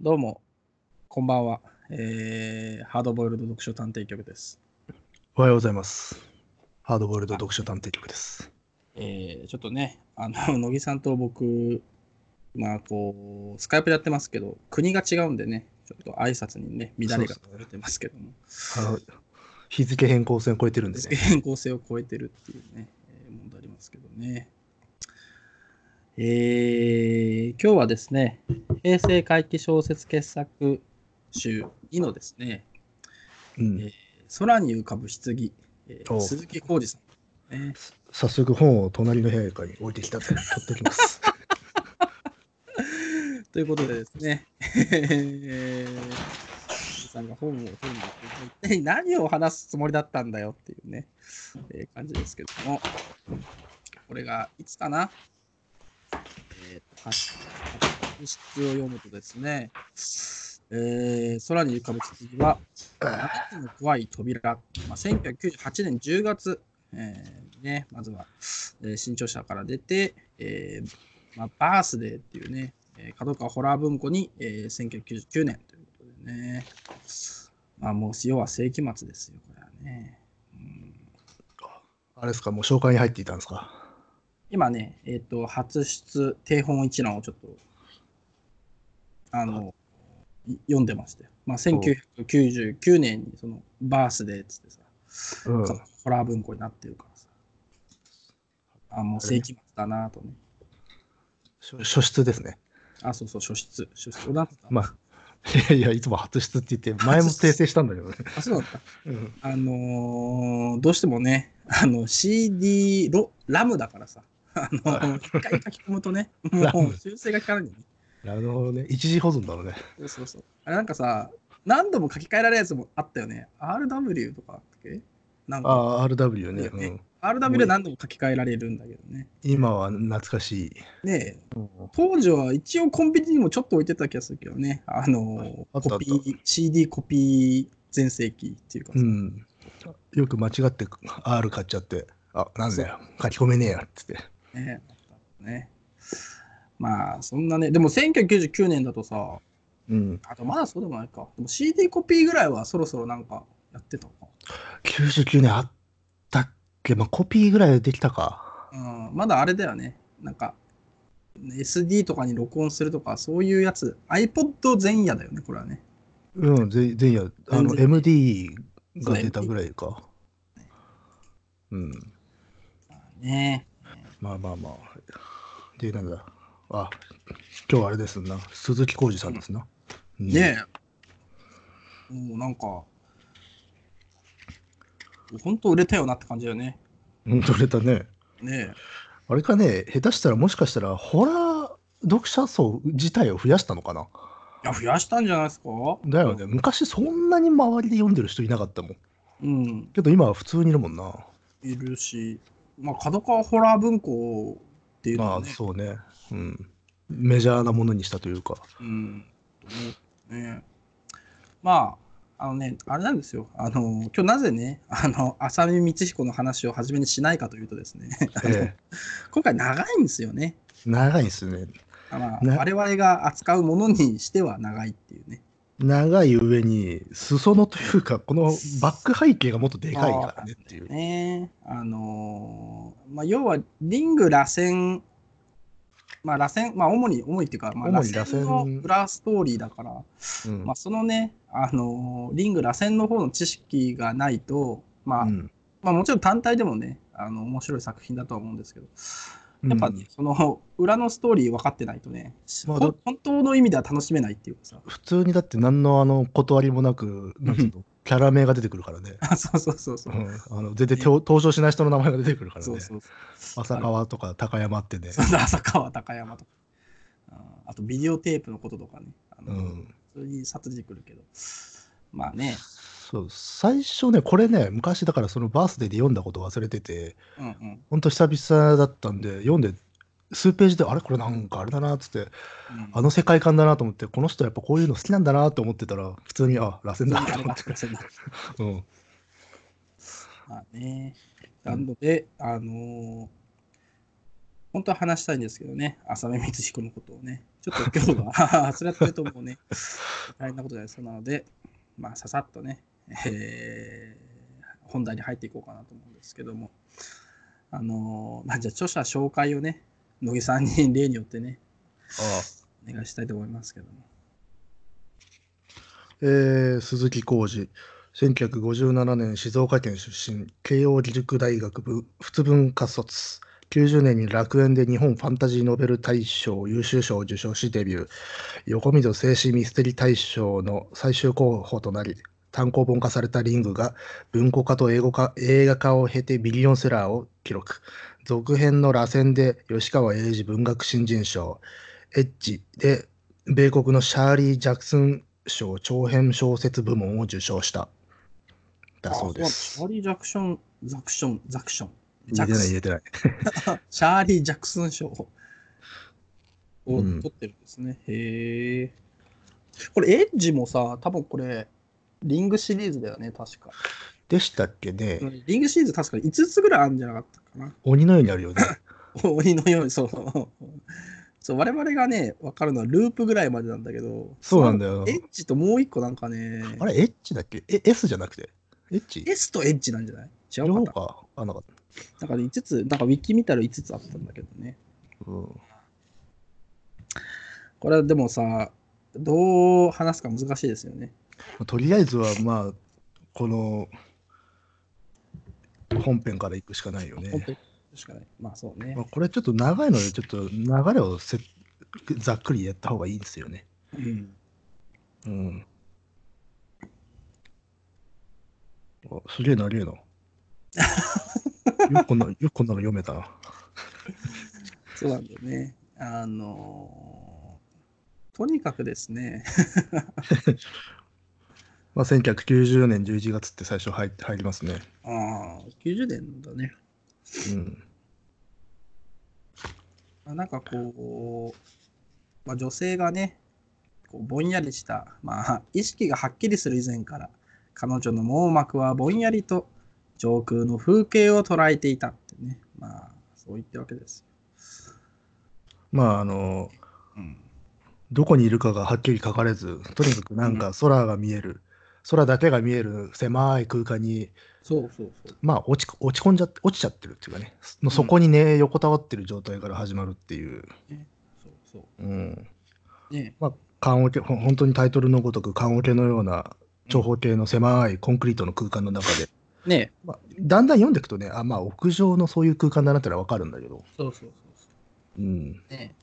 どうも、こんばんは。えー、ハードボイルド読書探偵局です。おはようございます。ハードボイルド読書探偵局です。えー、ちょっとね、あの、 乃木さんと僕、まあ、こう、スカイプでやってますけど、国が違うんでね、ちょっと挨拶にね、乱れがそうですね出てますけども、あの日付変更線を超えてるんでね。変更性を超えてるっていうね、えー問題ありますけどね。えー、今日はですね、平成回帰小説傑作集2のですね、うん、空に浮かぶ棺、えーおう鈴木浩二さん、ね。早速本を隣の部屋に置いてきたので取ってき ます。 ということでですね、えーさんが本を本に一体何を話すつもりだったんだよっていうね、えー感じですけども、これがいつかな、えー、と発出を読むとですね、えー空に浮かぶ次は、あ七つの怖い扉、まあ、1998年10月、えーね、まずは、えー新潮社から出て、えーまあ、バースデーっていうね、えー角川ホラー文庫に、えー1999年ということでね、まあ、もう要は世紀末ですよ、これはね。うんあれですか、もう紹介に入っていたんですか。今ね、えっ、と、初出、定本一覧をちょっと、あの、い読んでましたよ。まあ、1999年に、その、バースデーっつってさ、うん、そうホラー文庫になってるからさ。あ、もう世紀末だなとね。初初出ですね。あ、そうそう、初出。初出。俺なんかまあ、いやいや、いつも初出って言って、前も訂正したんだけどね。あ、そうだった。うん、あのーどうしてもね、あの、CD、ロ、ラムだからさ。あの、一回書き込むとね、ラもうム修正が効かないんだよね。なるほどね。一時保存だろうね。そうそうそう。あれなんかさ、何度も書き換えられるやつもあったよね。RW とかだっけなんか、ああ、RW ね、うねん。 RW は何度も書き換えられるんだけどね。今は懐かしい。ねえ、うん当時は一応コンビニにもちょっと置いてた気がするけどね。あの、あったコピー、CD コピー全盛期っていうかさ、うん、よく間違って R 買っちゃって、あなんだよ、書き込めねえやっつって。ねえあったね。まあ、そんなね、でも1999年だとさ、うん、あとまだそうでもないか。でも CD コピーぐらいはそろそろなんかやってたのか。 99年あったっけ、まあ、コピーぐらいできたか。うん、まだあれだよね。なんか、SD とかに録音するとか、そういうやつ。iPod 前夜だよね、これはね。うん、ぜ前夜、あ全の然 MD が出たぐらいか。うん、ねまあまあまあ。で、なんだ、あ今日あれですな、鈴木浩二さんですな。うんねえ。もうなんか、本当売れたよなって感じだよね。うん取れたね。ねあれかね、下手したらもしかしたら、ホラー読者層自体を増やしたのかな。え。いや、増やしたんじゃないですかだよね、。昔そんなに周りで読んでる人いなかったもん。うん、けど今は普通にいるもんな。いるし、まあ、角川ホラー文庫っていうのまはあね、そうね、うん。メジャーなものにしたとい うか。うん。ねまあ、あのね、あれなんですよ。あの、今日なぜね、あの、浅見光彦の話を初めにしないかというとですね、 あのえ今回長いんですよね。え、長いんですね。まあ、ね我々が扱うものにしては長いっていうね。長い上に、裾野というか、このバック背景がもっとでかいからねっていう。ねあのーまあ、要はリング、螺旋、まあ、螺旋、まあ、主に、主にっていうか、まあ、螺主に螺旋旋の裏ストーリーだから、うんまあ、そのね、あのーリング、螺旋の方の知識がないと、まあ、うんまあ、もちろん単体でもね、あの面白い作品だとは思うんですけど、やっぱ、うんその裏のストーリー分かってないとね、まあほんだ本当の意味では楽しめないっていうかさ、 普通にだって何のあの断りもなく、なんつうのキャラ名が出てくるからね。あそうそうそうそうう。ん、あの全然登登場しない人の名前が出てくるからそうね。そう浅川とか高山ってね。そう 浅川高山とか、ああとビデオテープのこととかね、あうのん普通に殺字くるけど、まあね、そう最初ねこれね昔だからそのバースデーで読んだこと忘れててうんうんほんと久々だったんで読んで数ページであれこれなんかあれだなっつってうん、あの世界観だなと思ってこの人やっぱこういうの好きなんだなと思ってたら普通にあ螺旋だあとれ思がって、そうなる うん、まあね、なので、あのー本当は話したいんですけどね、浅目光彦のことをね、ちょっと今日 は、それやってるともうね、大変なことになりそうなので、まあ、ささっとね、えー本題に入っていこうかなと思うんですけども、あのーまあ、じゃあ著者紹介をね、野木さんに例によってね、ああお願いしたいと思いますけども。えー鈴木浩二1957年静岡県出身慶應義塾大学部仏文科卒90年に楽園で日本ファンタジーノベル大賞優秀賞を受賞しデビュー横溝静止ミステリー大賞の最終候補となり単行本化されたリングが文庫化と英語化映画化を経てビリオンセラーを記録続編の螺旋で吉川英治文学新人賞エッジで米国のシャーリー・ジャクソン賞長編小説部門を受賞しただそうですあ。シャーリー・ジャクション、ザクション、ザクション。言えてない言えてないシャーリー・ジャクソン賞ををうん取ってるんですね。へえ。これ、エッジもさ、多分これ、リングシリーズだよね、確か。でしたっけね、リングシリーズ確か5つぐらいあるんじゃなかったかな。鬼のようにあ るよね鬼のように、そう。そう我々がね、分かるのはループぐらいまでなんだけど、そうなんだよエッジともう一個なんかね、あれエッチだっけえ S じゃなくてエッチ S とエッジなんじゃない違両う方かかあなかっな。なんか5つ、なんかウィキ見たら5つあったんだけどね。た、うん、これでもさ、どう話すか難しいですよね。とりあえずはまあこの本編から行くしかないよ本ね当、にしかない。まあそうねまあ、。これちょっと長いのでちょっと流れをせざっくりやった方がいいんですよねうん。うんあすげえな、りえ な。よくこんな、よくこんなの読めたな。そうなんだよね。あのーとにかくですね、まあ、1990年11月って最初入って入りますね。あー90年だね。うん。まあなんかこう、まあ、女性がね、こうぼんやりした、まあ、意識がはっきりする以前から、彼女の網膜はぼんやりと上空の風景を捉えていたってね、まあ、そう言ってるわけですまあ、あの、よ。うん。どこにいるかがはっきり書かれず、とにかくなんか空が見える、空だけが見える狭い空間に、そうそうそう。まあ落ち、落ち込んじゃって、落ちちゃってるっていうかね、そそこにね、横たわってる状態から始まるっていう。そうそうん。う。ねまあ、棺桶ほ本当にタイトルのごとく棺桶のような長方形の狭いコンクリートの空間の中で、え。ねまあ、だんだん読んでいくとねあまあ屋上のそういう空間だなってのは分かるんだけど、そうそうそううん、そう。ね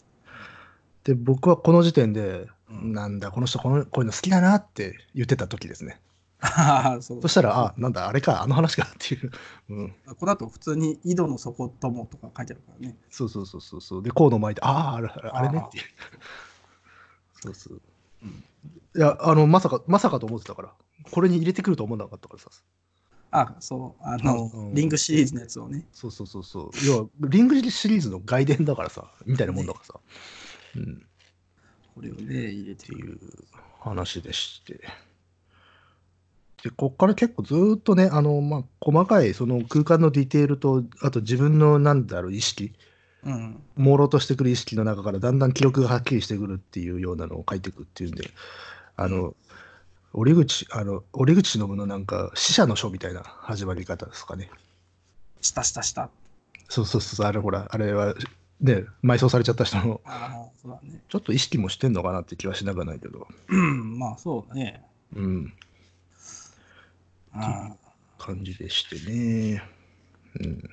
で僕はこの時点で、うん なんだこの人このこういうの好きだなって言ってた時ですねああ、そうそ。したらあなんだあれかあの話かっていう、 うん、この後普通に井戸の底ともとか書いてあるからね。そうそうそうそうそうでコード巻いてあああれあれねっていう そうそう、うんいやあのまさかまさかと思ってたからこれに入れてくると思わなかったからさあそう、あの、うんリングシリーズのやつをね。そうそうそうそう。要は、リングシリーズの外伝だからさ、みたいなもんだからさ。うん、これをね、入れてっていいる。う話でして。で、こっから結構ずーっとね、あの、まあ、細かいその空間のディテールと、あと自分のなんだろう、意識、うん。朦朧としてくる意識の中からだんだん記録がはっきりしてくるっていうようなのを書いていくっていうんで、あの、折口、あの、折口信のなんか、死者の書みたいな始まり方ですかね。したしたした。そうそうそうそう、あれほら、あれは、ね、埋葬されちゃった人の、ああ、そうだね。 ちょっと意識もしてんのかなって気はしなくはないけど、うん、まあそうだね。うん、あ感じでしてね。うん、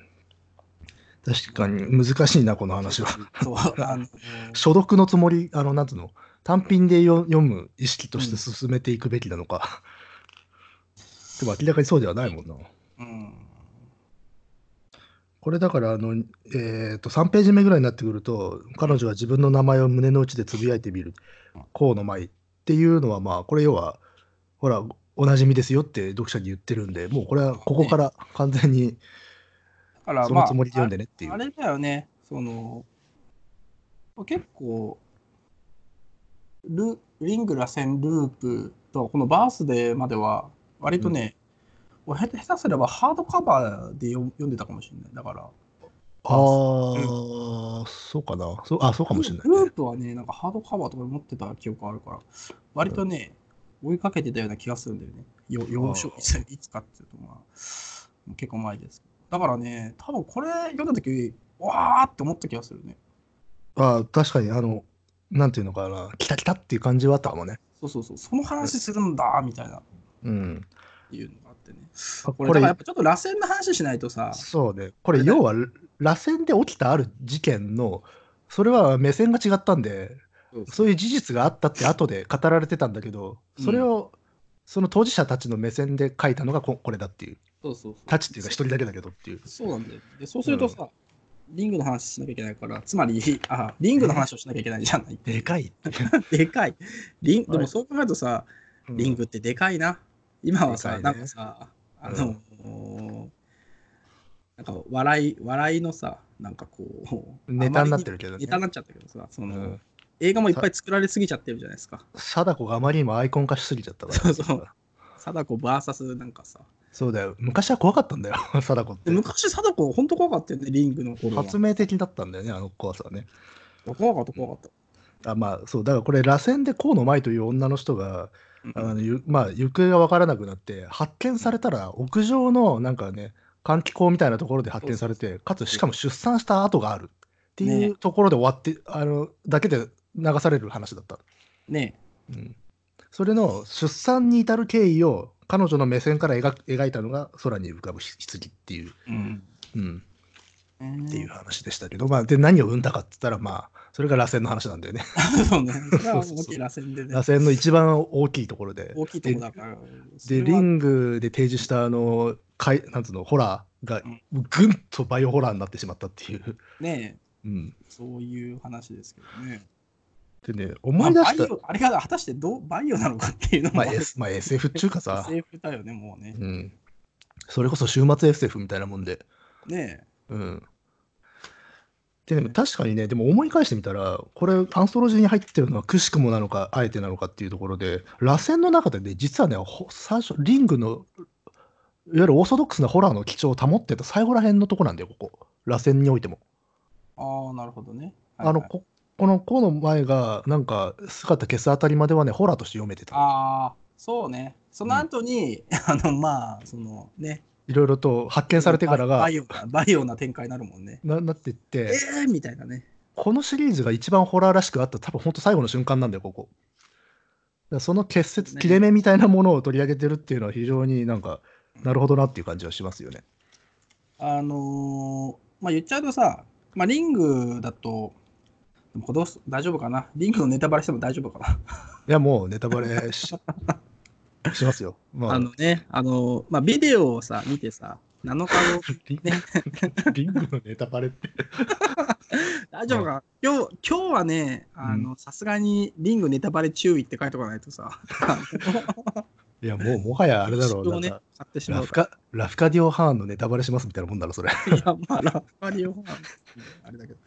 確かに難しいな、このあ。話は。そう、あの、所読のつもり、あの、なんつうの、単品でよ読む意識として進めていくべきなのか。 でも明らかにそうではないもんな。うん。これだからあの、えー、と3ページ目ぐらいになってくると彼女は自分の名前を胸の内でつぶやいてみる河野舞っていうのはまあこれ要はほらおなじみですよって読者に言ってるんでもうこれはここから完全にだから そまのあ、つもりで読んでねっていう、あれだよね、その、結構、ルリング、螺旋、ループと、このバースデーまでは、割とね、俺下手下手すればハードカバーで読読んでたかもしれない。だから、ああ、そうかな。そうあ、そうかもしれない、ルねー。プはね、なんかハードカバーとか持ってた記憶あるから、割とね、追いかけてたような気がするんだよね。よ幼少あーいついつかっていうと、まあ、結構前です。だからね、多分これ読んだ時わーって思った気がするね。ああ、確かに、あの、なんていうのかな、きたきたっていう感じはあったかもね。そうそうそう、その話するんだみたいなっうん。ていうのがあってね。あここれ、だからやれっ、ぱちょっと螺旋の話しないとさ、そうね。これ、要は、螺旋で起きたある事件の、それは目線が違ったんで、そういう事実があったって後で語られてたんだけど、それを、その当事者たちの目線で書いたのがここれだっていう。そうそうそうたちっていうか、一人だけだけどっていう。そうなんだよ。で、そうするとさ、リングの話しなきゃいけないから、つまり、あ、リングの話をしなきゃいけないじゃない。でかいっていう。 でかい。リンはいでもそう考えるとさ、リングってでかいな。今はさ、でかいねなんかさ、あの、なんか笑い、笑いのさ、なんかこう、ネタになってるけあまどりにねネタになっちゃったけどさ、そうの、ん。映画もいっぱい作られすぎちゃってるじゃないですか。貞子があまりにもアイコン化しすぎちゃったから。そうそう貞子 VS なんかさ。そうだよ。昔は怖かったんだよ、貞子っでて。昔、貞子、本当怖かったよね、リングの頃は。発明的だったんだよね、あの怖さはね。怖かった、怖かった。あまあ、そう、だからこれ、螺旋で河野舞という女の人が、うんあのゆまあ、行方が分からなくなって、発見されたら、屋上のなんかね、換気口みたいなところで発見されて、かつ、しかも出産した跡があるっていねうところで終わって、あのだけで流される話だった。ねうん、それの出産に至る経緯を彼女の目線から描く描いたのが空に浮かぶ棺っていう、え。うんうん、っっていう話でしたけど、まあ、で何を生んだかって言ったら、まあ、それが螺旋の話なんだよね。 そうね。それはそ大うそうそうきい螺旋でね螺。旋の一番大きいところで。大きいとこだから。それで、はリングで提示したあの、かいなんつうの、ホラーがぐんとバイオホラーになってしまったっていう。ねうん、そういう話ですけどね。でね、思い出したあ、バイオあれが果たしてどうバイオなのかっていうのもまある S まあ、SF 中華さ、 SF だよね、もうね。うん、それこそ週末 SF みたいなもんで。ねうん。で、でも確かにね、でも思い返してみたら、これ、アンストロジーに入ってるのはくしくもなのか、あえてなのかっていうところで、螺旋の中でね、実はね、ほ最初、リングの、いわゆるオーソドックスなホラーの基調を保ってた最後ら辺のとこなんだよ、ここ。螺旋においても。ああ、なるほどね。はいあの、はいここの、この前が、なんか、姿消すあたりまではね、ホラーとして読めてた。あー、そうね。その後に、あの、まあ、そのね。いろいろと発見されてからがバ、イオな、バイオな展開になるもんね。ななってっえて、ーみたいなね。このシリーズが一番ホラーらしくあった、多分本当最後の瞬間なんだよ、ここ。だからその結節、ね切れ目みたいなものを取り上げてるっていうのは非常になんか、なるほほどなっていう感じはしますよね。ど。あのーまあ言っちゃうとさ、まあリングだと、でもこれどうす大丈夫かなリングのネタバレしても大丈夫かないや、もうネタバレ ししますよ。まあ、あのね、あの、まあ、ビデオをさ、見てさ、7日後、 リンねリングのネタバレって。大丈夫かな、今日、今日はね、あの、さすがにリングネタバレ注意って書いとかないとさ、いや、もうもはやあれだ人ろう、をなね、ん買かってしまラうフかカ、ラフカディオ・ハーンのネタバレしますみたいなもんだろ、それ。ら。いや、まあ、ラッパリオは、あれだけど、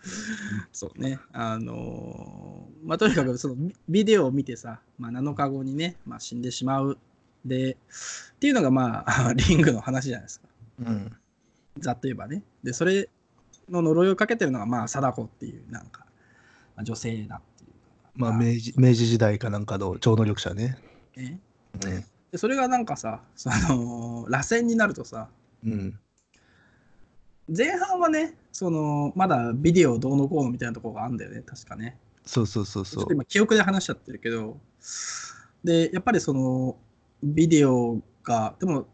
そうね、あのーまあ、とにかく、その、ビデオを見てさ、まあ、7日後にね、まあ、死んでしまう。で、っていうのが、まあ、 リングの話じゃないですか。うん。ざっと言えばね。で、それの呪いをかけてるのが、まあ、貞子っていう、なんか、まあ、女性だっていう。まあ、明治明治時代かなんかの超能力者ね。ねねで、それがなんかさ、その、螺旋になるとさ、うん。前半はね、その、まだビデオどうのこうのみたいなところがあるんだよね、確かね。そうそうそうちょそっうと。今、記憶で話しちゃってるけど、で、やっぱりその、ビデオが、でも、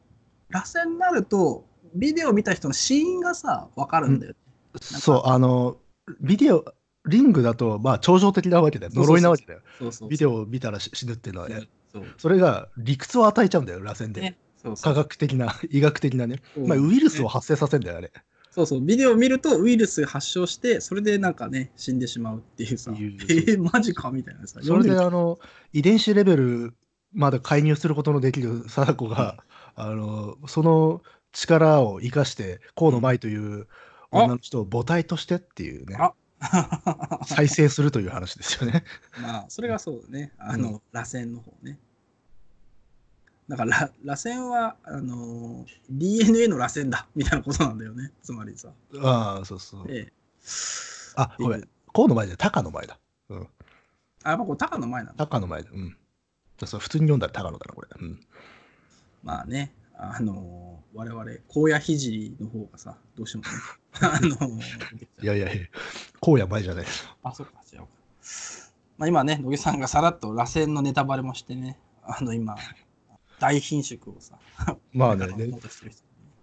螺旋になると、ビデオ見た人の死因がさ、わかるんだよね。なんかそう、あの、ビデオ、リングだと、まあ、超常的なわけだよ。そうそうそう呪いなわけだよ。そうそうそう。ビデオを見たらし死ぬっていうのはね。そう。それが理屈を与えちゃうんだよ、螺旋で。ね、そうそう科学的な、 医学的なね。そうまあ、ウイルスを発生させるんだよ、あれ。っそうそう、ビデオを見るとウイルス発症して、それでなんかね、死んでしまうっていうさ、てえいうー、マジかみたいなさ、それで、読んであの、遺伝子レベルまで介入することのできる貞子が、あの、その力を生かして、河野舞という女の人を母体としてっていうねあ、みる再生するという話ですよね。 まあ、それがそうだね、あの、螺旋の方ね。だから、螺旋は、あのー DNA の螺旋だ、 みたいなことなんだよね。つまりさ。ああ、そうそう。ええ。あ、ごめん。こうの前じゃ、タカの前だ。うん。あ、やっぱこう、高の前なんだ。タカの前だ。うん。じゃあそれ普通に読んだらタカのだな、これ。うん。まあね、あのー我々、高野聖の方がさ、どう してもね。あのーいやいや、こうや前じゃないです。あ、そうか、違うか。まあ今ね、野木さんがさらっと螺旋のネタバレもしてね、あの今、大品種をさ、まあなねんか持とうとしてる人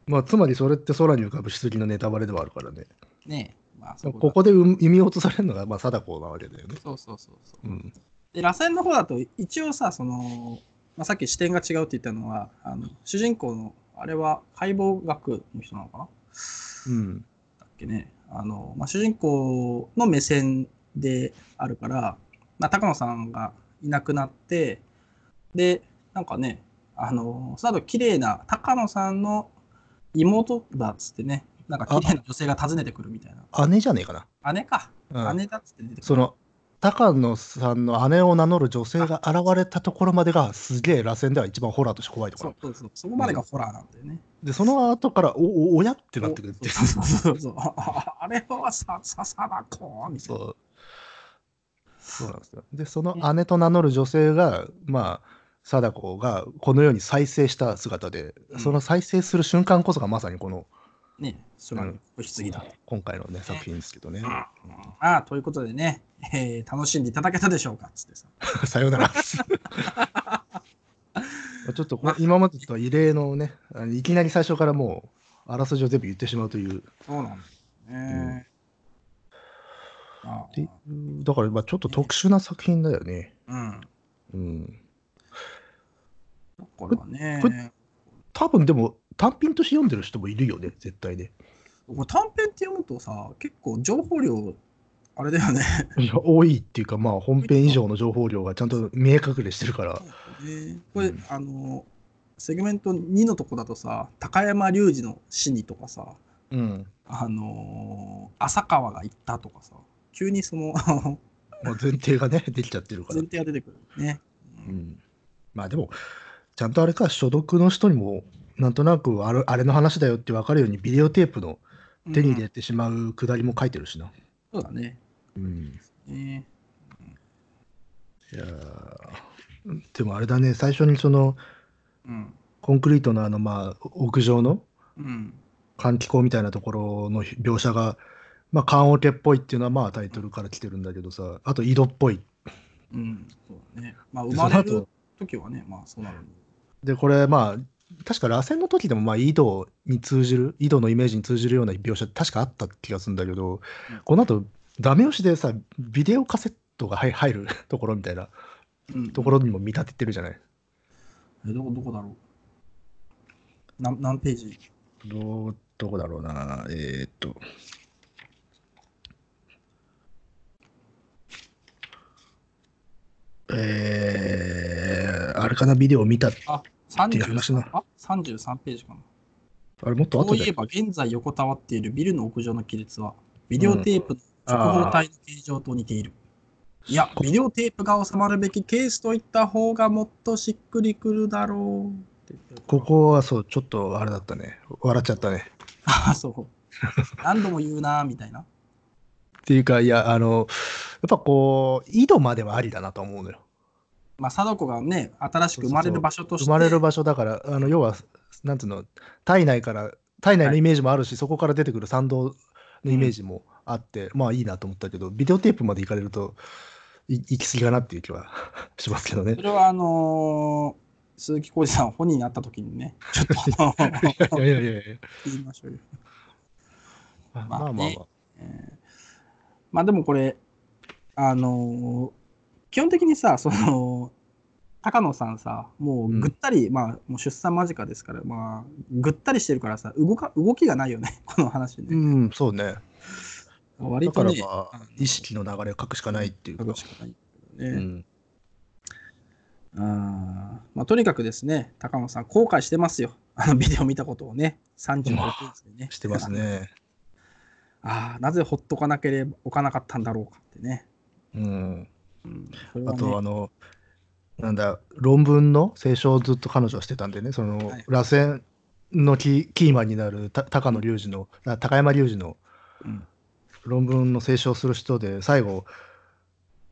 まあ、つまりそれって空に浮かぶ棺のネタバレではあるからね。ねえ、まあそこここでう弓落とされるのが、まあ、貞子なわけだよね。そうそうそうそう。うん。で、螺旋の方だと、一応さ、その、まあ、さっき視点が違うって言ったのは、あの主人公の、あれは解剖学の人なのかなうん。だっけね、あの、まあ、主人公の目線であるから、まあ、高野さんがいなくなって、で、なんかね、あの、その後綺麗な高野さんの妹だっつってね、なんか綺麗な女性が訪ねてくるみたい姉じゃねえかな。姉か。な。うん、姉だっつって出てくる。その、高野さんの姉を名乗る女性が現れたところまでが、すげえ螺旋では一番ホラーとして怖いとこそうろ。そうそう。そこまでがホラーなんだよね。で、その後から、お、お、親ってなってくるっていう。そうそうそうそう。あああれはさ、ささばこみたいな。そう。そうなんですよ。で、その姉と名乗る女性が、まあ、貞子がこの世に再生した姿で、うんその再生する瞬間こそがまさにこのね、それは不質疑だ。今回のね作品ですけどね。ああ、ということでね、えー楽しんでいただけたでしょうかつってさ。さようなら。ま あちょっとこれ今までとは異例のね、あのいきなり最初からもうあらすじを全部言ってしまうという、そうなんですね。あでだからまあちょっと特殊な作品だよね。あうん。うん、これはね、ここれ多分でも単品として読んでる人もいるよね、絶対ね。れ短編って読むとさ、結構情報量、あれだよね。いや 多いっていうか、まあ、本編以上の情報量がちゃんと見え隠れして るから、これ、うんあの、セグメント2のとこだとさ、高山隆二の死にとかさ、うん、あのー浅川が行ったとかさ、急にそ のまあ、前提がね、 できちゃってるから前。提が出てくるね。ううんん、まあでも、ちゃんとあれか、所属の人にも、なんとなくあれあれの話だよって分かるように、ビデオテープの手に入れてしまうくだりも書いてるしな。そうだね。うん、ねいやーでもあれだね、最初にそのうん。コンクリートのあの、まあ、屋上のうん。換気口みたいなところの描写が、まあ、棺桶っぽいっていうのは、まあ、タイトルから来てるんだけどさ、あと、井戸っぽいうん。そうだね。まあ、で生まれそのる後時はね、まあ、そうなるんだで、これ、まあ、確か螺旋の時でも、まあ、井戸に通じる、井戸のイメージに通じるような描写、確かあった気がするんだけど、うんこの後、ダメ押しでさ、ビデオカセットが入入る ところみたいなうんところにも見立ててるじゃない。えどこどこだろうなん何ページどう、どこだろうな、えーっと。えー、あれかな、ビデオ見た。あいう話だ33あ33ページかな。あれ、もっとそ後ういえで。ば、現在横たわっているビルの屋上の亀裂は、ビデオテープの直方体の形状と似ている。いや、ビデオテープが収まるべきケースといった方がもっとしっくりくるだろう。こ。こはそう、ちょっとあれだったね。笑っちゃったね。あ、そう。 何度も言うな、みたいな。っていうか、いや、あの、やっぱこう、井戸まではありだなと思うのよ。まあ、貞子がね、新しく生まれる場所として。生まれる場所だから、あの要は、なんつうの、体内から、体内のイメージもあるし、そこから出てくる参道のイメージもあって、まあいいなと思ったけど、ビデオテープまで行かれると、い行き過ぎかなっていう気は しますけどねそ。れはあのー鈴木浩二さん本人になった時にね、ちょっと いやいやいやいや。言いましょうよ。まあままああねまあ。えーまあでもこれ、あのー基本的にさ、その、高野さんさ、もうぐったり、まあもう出産間近ですから、まあぐったりしてるからさ、動か動きがないよね、 この話うね。ん、そうね。割だかとらね、まあの、意識の流れを書くしかないっていうか。楽しくないけうどね。ん、あーまあ、とにかくですね、高野さん、後悔してますよ。あのビデオ見たことをね、35まあページでね。してます。ね。ああ、なぜほっとかなければおかなかったんだろうかってね。うん。うん、それはあねと、あの、なんだ、論文の清書をずっと彼女はしてたんでね、そのはい、螺旋のキキーマンになるた高野隆二の、あ高山隆二のうん論文の清書をする人で、最後、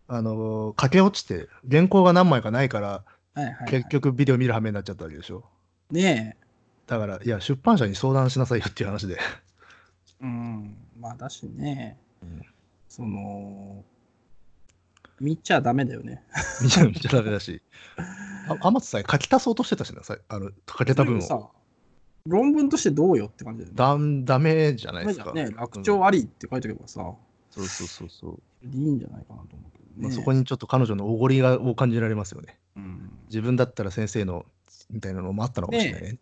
あの、駆け落ちて、原稿が何枚かないから、はいはいはい、結局ビデオ見る羽目になっちゃったわけでしょ。ねだから、いや、出版社に相談しなさいよっていう話で。え、うん、まあだしね、その、見ちゃダメだよね。見ちゃ見ちゃダメだし。あ天津さん書き足そうとしてたしな、さあの書けた分それを。もさ、論文としてどうよって感じだよね。だんダメじゃないですか。ね、楽うん長ありって書いておけばさ、そうそうそうそう。いいんじゃないかなと思うけどね。まあ、そこにちょっと彼女のおごりがを感じられますよね。うん自分だったら先生のみたいなのもあったのかもしれないね。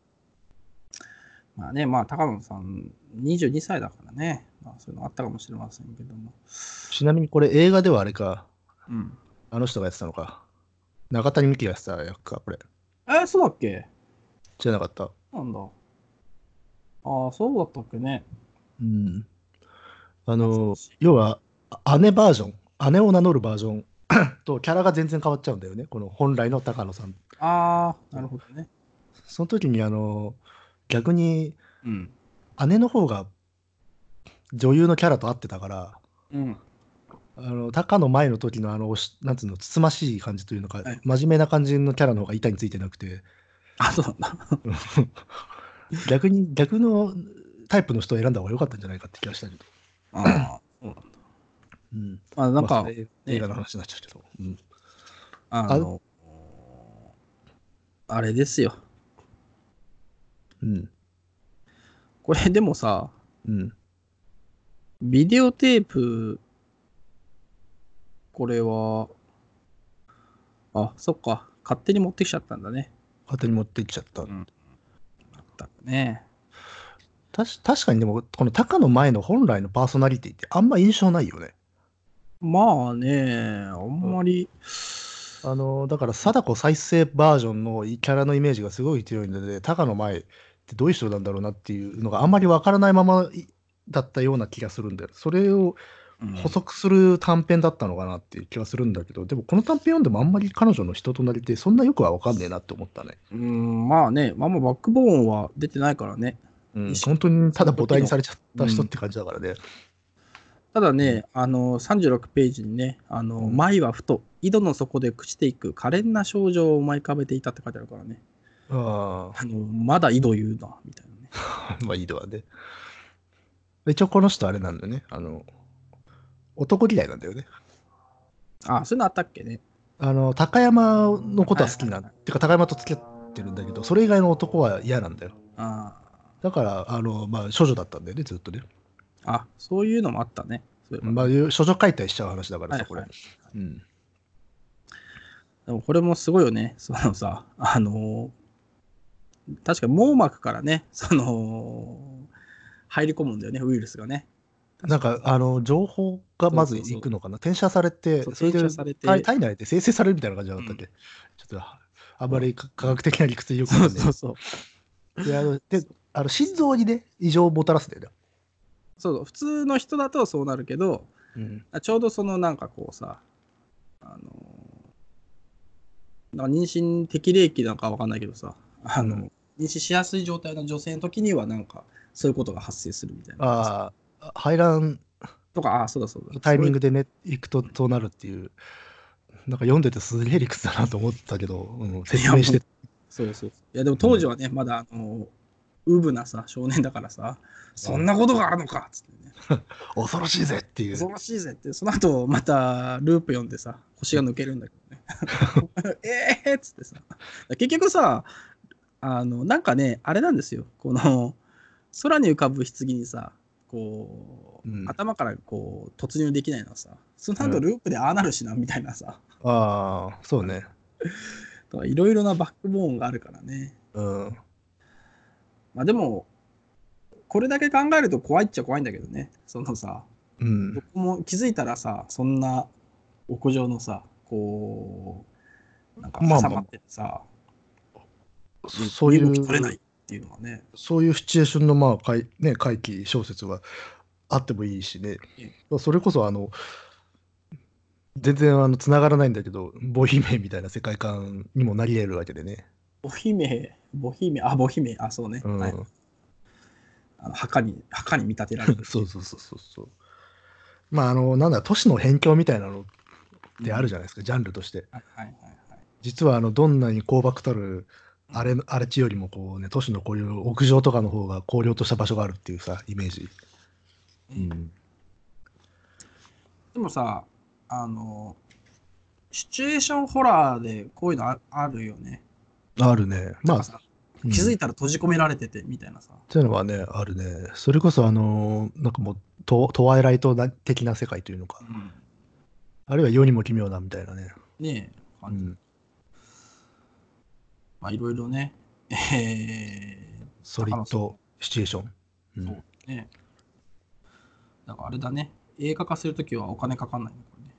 まあね、まあ、高野さん、22歳だからね、まあ、そういうのあったかもしれませんけども。ちなみにこれ映画ではあれか、うん、あの人がやってたのか。中谷美紀がやってた役か、これ。えーそうだっけじゃなかった。なんだ。ああ、そうだったっけね。うん。あ懐のかしい、要は、あ姉バージョン、姉を名乗るバージョン とキャラが全然変わっちゃうんだよね。この本来の高野さん。ああ、なるほどね。その時に、あの、逆にうん。姉の方が女優のキャラと合ってたから、うん。あの高の前の時のあのしなんつうのつつましい感じというのか、はい真面目な感じのキャラの方が板についてなくてあ、そうなんだ。逆に逆のタイプの人を選んだ方が良かったんじゃないかって気がしたけど、ああ、そうなんだ。うん、まあ、なんまか、あそれ映画の話になっちゃうけど、うんあの、あれですよ。うんこれでもさ、うん、ビデオテープ、これは、あ、そっか、勝手に持ってきちゃったんだね。勝手に持ってきちゃった、んあったね。たし確かにでもこの高の前の本来のパーソナリティってあんま印象ないよねまあね、あんまり、あのだから貞子再生バージョンのキャラのイメージがすごい強いので高の前ってどういう人なんだろうなっていうのがあんまりわからないままいだったような気がするんだよそれをうん補足する短編だったのかなっていう気はするんだけどでもこの短編読んでもあんまり彼女の人となりってそんなよくは分かんねえなって思ったね、うん、まあね、まあまあバックボーンは出てないからね。うん一緒本当にただ母体にされちゃった人って感じだからね、ただね、あの、36ページにね、あの、うん舞はふと、井戸の底で朽ちていく可憐な少女を思い浮かべていたって書いてあるからね。 ああの、まだ井戸言うな、みたいなね。あまあいいとはね一応この人あれなんだよねあの男嫌いなんだよねあ、そういうのあったっけね。あの高山のことは好きなはいはいんはてか高山と付き合ってるんだけどそれ以外の男は嫌なんだよあだからあのまあ処女だったんだよねずっとね、あ、あそういうのもあったね。そういえばまあ、処女解体しちゃう話だからはいさはいこれ、うんでもこれもすごいよね。そのさ、あのー確か網膜からね、その、入り込むんだよね、ウイルスがね。なんかあの情報がまずそうそうそういくのかな転写されてそうそれで転写されて体体内で生成されるみたいな感じだったっけ、うちょっとあまりか科学的な理屈でよくそわうかんないそうそう。であのであの心臓にね異常をもたらすんだよねそう普通の人だとそうなるけど、うんあちょうどそのなんかこうさ、あのーなんか妊娠適齢期なんかわかんないけどさ、あの、うん妊娠しやすい状態の女性の時にはなんか、そういうことが発生するみたいな。ああ排卵とか、ああ、そうだそうだ。タイミンググでね、行くとそうなるっていう、なんか読んでてすげえ理屈だなと思ったけど、うん説明して、そうそうそう。いや、でも当時はね、まだ、あの、ウブなさ、少年だからさ、そんなことがあるのかっつってね、恐ろしいぜっていう、恐ろしいぜって、その後またループ読んでさ、腰が抜けるんだけどね。えーっつってさ。結局さ、あの、なんかね、あれなんですよ。この、空に浮かぶ棺にさ、こう、うん頭からこう突入できないのはさ、その後ループでああなるしな、みたいなさ、ああ、そうね、とかいろいろなバックボーンがあるからね。うん、まあでも、これだけ考えると怖いっちゃ怖いんだけどね。そのさ、うん、僕も気づいたらさ、そんな屋上のさ、こう、なんかまあま挟あまっててさ、そでそうい身動き取れないうっ、ていうのがね、そういうシチュエーションの、まあ、かいね、回帰小説はあってもいいしねえ、それこそ、あの、全然あの繋がらないんだけど、ボヒメみたいな世界観にもなり得るわけでね。ボヒメ、ボヒメ、あ、ボヒメ、あ、そうね。うん、はい、あの墓に、墓に見立てられる。 そうそうそうそうそう。まああのなんだ都市の辺境みたいなのってあるじゃないですか、ジャンルとして。はいはいはいはい。実はあのどんなに高漠たる荒れ荒れ地よりもこうね都市のこういう屋上とかの方が荒涼とした場所があるっていうさイメージ。うん、でもさ、あの、シチュエーションホラーでこういうのああるよね。あるね。なまんあかさ気づいいたら閉じ込められててみたいなさ。っていうのはねあるね。それこそあのなんかもうトトワイライトな的な世界というのか、うんあるいは世にも奇妙なみたいなね。ねえ、う感じん、まあいろいろね。 えソリッドシチュエーション。うー、んそうね。だからあれだね。映画化するときはお金かかんないねこれね。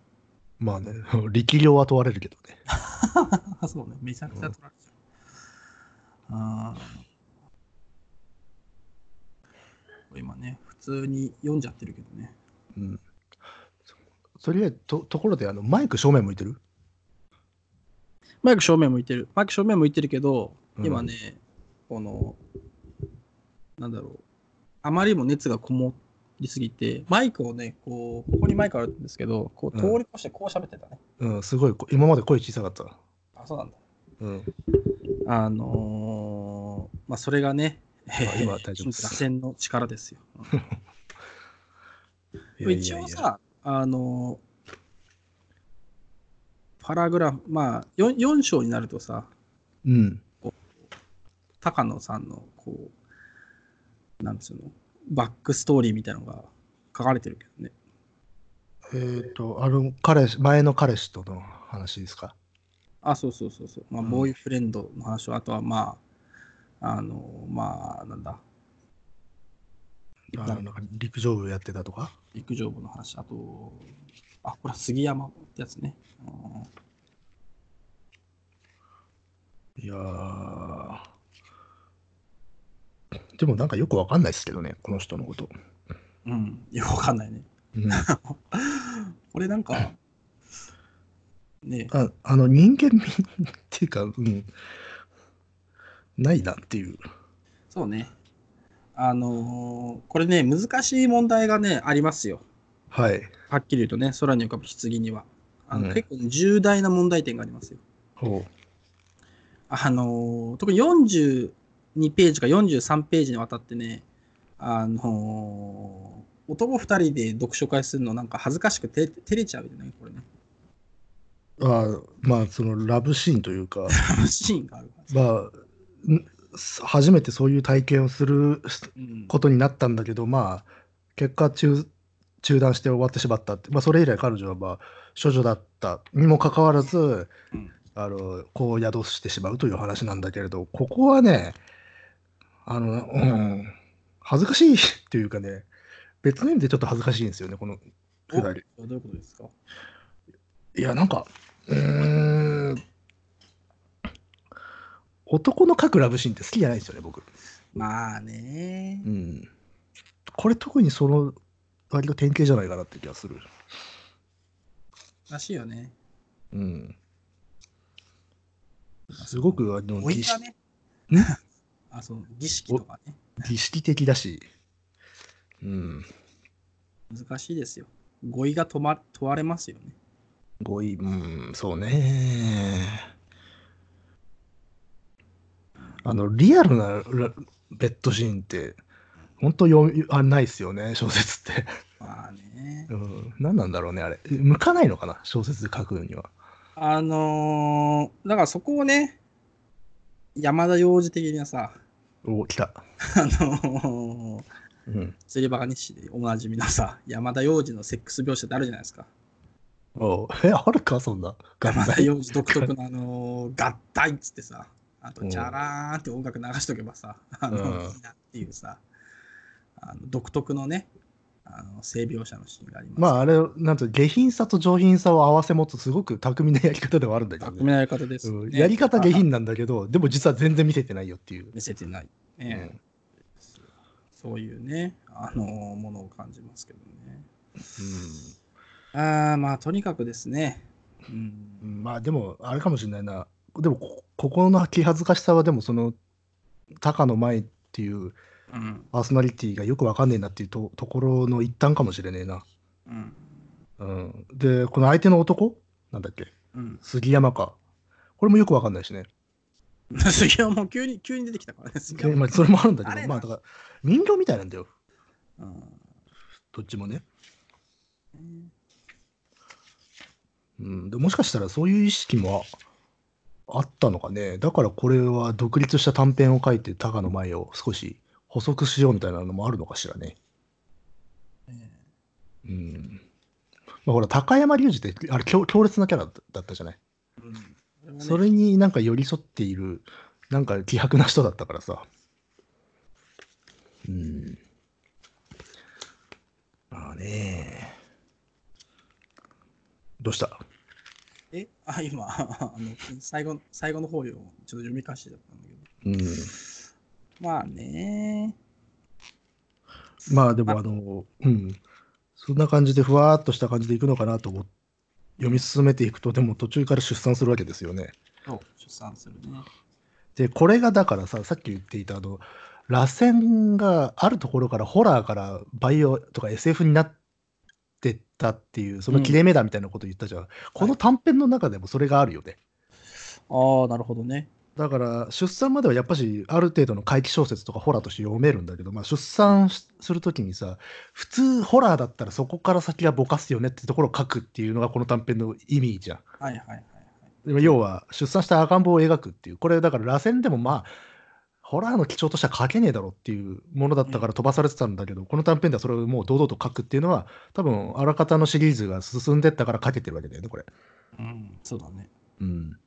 まあね、 力量は問われるけどね。あそうね、め ちゃくちゃ取られちゃう。あー今ね、普通に読んじゃってるけどね。うん。それよりとところであのマイク正面向いてるマイク正面向いてる。マイク正面向いてるけど、うん今ね、この、なんだろう、あまりにも熱がこもりすぎて、マイクをね、こう、ここにマイクあるんですけど、こううん通り越してこう喋ってたね。うん、すごい。こ今まで声小さかった。あ、そうなんだ。うん。あのーまあ、それがね、あ今は大丈夫です打線の力ですよ。うんいやいやいや一応、さ、あの、パラグラフ、まあ4、4章になるとさ、うん。高野さんの、こう、なんつうの、バックストーリーみたいなのが書かれてるけどね。えっ、と、あの、彼氏、前の彼氏との話ですか。あ、そうそうそうそう、まあ、うんボーイフレンドの話と、あとは、まあ、あの、まあ、なんだ、あのなんか陸上部やってたとか。陸上部の話、あと、あ、これは杉山ってやつね。うんいやーでもなんかよくわかんないですけどね、この人のこと。うん、よくわかんないね。うん、あこれなんか、ねあの、人間味 っていうか、うん、ないなっていう。そうね。あのーこれね、難しい問題がね、ありますよ。はい。はっきり言うとね、空に浮かぶ棺には。あのうん結構ね重大な問題点がありますよ。ほあのー特に42ページか43ページにわたってね、あのー男2人で読書会するのなんか恥ずかしくて照れちゃうよね、これね。 う。あーまあ、そのラブシーンというか。シーンがあるからさ。まあ、ん初めてそういう体験をするうんことになったんだけど、まあ、結果中、中断して終わってしまったって、まあ、それ以来彼女は、まあ、処女だったにもかかわらず、うんあのこう宿してしまうという話なんだけれど、ここはね、あの、うん、恥ずかしいというかね、別の意味でちょっと恥ずかしいんですよね、このくだり。おどういうことですかいや、なんか、うーん、男の書くラブシーンって好きじゃないですよね、僕。まあねうん、これ特にその割と典型じゃないかなって気がする。らしいよね。うん、すごくあのおい儀が式ねん。 あ、そう、儀式とかね。儀式的だし、うん、難しいですよ。語彙が問,、ま、問われますよね。語彙、うん、そうね。あのリアルなラベッドシーンって本当読みあないですよね小説って、まあね。うん、何なんだろうねあれ向かないのかな小説で書くにはあのー、だからそこをね、山田洋次的なさ、 お来た、あのー、うん、釣りバカ日誌でおなじみのさ、山田洋次のセックス描写ってあるじゃないですか。おうえあるかそんな山田洋次独特のあのー、合体っつってさ、あと、うんチャラーンって音楽流しとけばさ、あの、うんいいなっていうさ、あの独特のね、あの性描写のシーンがあります。まああれ、なんと下品さと上品さを合わせ持つすごく巧みなやり方ではあるんだけど巧ね、みなやり方です、うんやり方下あ品なんだけど、でも実は全然見せてないよっていう。見せてない、ねそういうね、あのーものを感じますけどね。ああ、まあ、とにかくですね。うんうんまあでも、あれかもしれないな。でもこ、ここの気恥ずかしさは、でも、その、高野舞っていううんパーソナリティがよくわかんねえなっていうとところの一端かもしれねえな。うんうん、で、この相手の男なんだっけうん、 杉山か。これもよくわかんないしね。杉山もう急に急に出てきたからね。杉で山まあ、それもあるんだけあど、れまあ、だから、人形みたいなんだよ、どっちもね。うんうん、でもしかしたらそういう意識もああったのかね。だからこれは独立した短編を書いて、高野舞を少し補足しようみたいなのもあるのかしらね。うん。まあ、ほら、高山隆二って、あれ強、強烈なキャラだったじゃない。うんそれになんか寄り添っている、なんか気迫な人だったからさ。うん。まあねどうしたえあ今 あの最後の最後の方よちょっと読み返してだったんだけどうん。まあねまあでもあの、うん。そんな感じでふわーっとした感じでいくのかなと思って読み進めていくと、でも途中から出産するわけですよね。そう出産するねでこれがだからささっき言っていたあの螺旋があるところからホラーからバイオとか SF になってったっていうその切れ目だみたいなこと言ったじゃん、この短編の中でもそれがあるよね、ああなるほどねだから出産まではやっぱしある程度の怪奇小説とかホラーとして読めるんだけど、まあ、出産しするときにさ普通ホラーだったらそこから先がぼかすよねってところを書くっていうのがこの短編の意味じゃんはいはいはいはいでも要は出産した赤ん坊を描くっていうこれだから螺旋でもまあホラーの基調としては書けねえだろっていうものだったから飛ばされてたんだけど、この短編ではそれをもう堂々と書くっていうのは多分あらかたのシリーズが進んでったから書けてるわけだよねこれ。うんそうだねうん、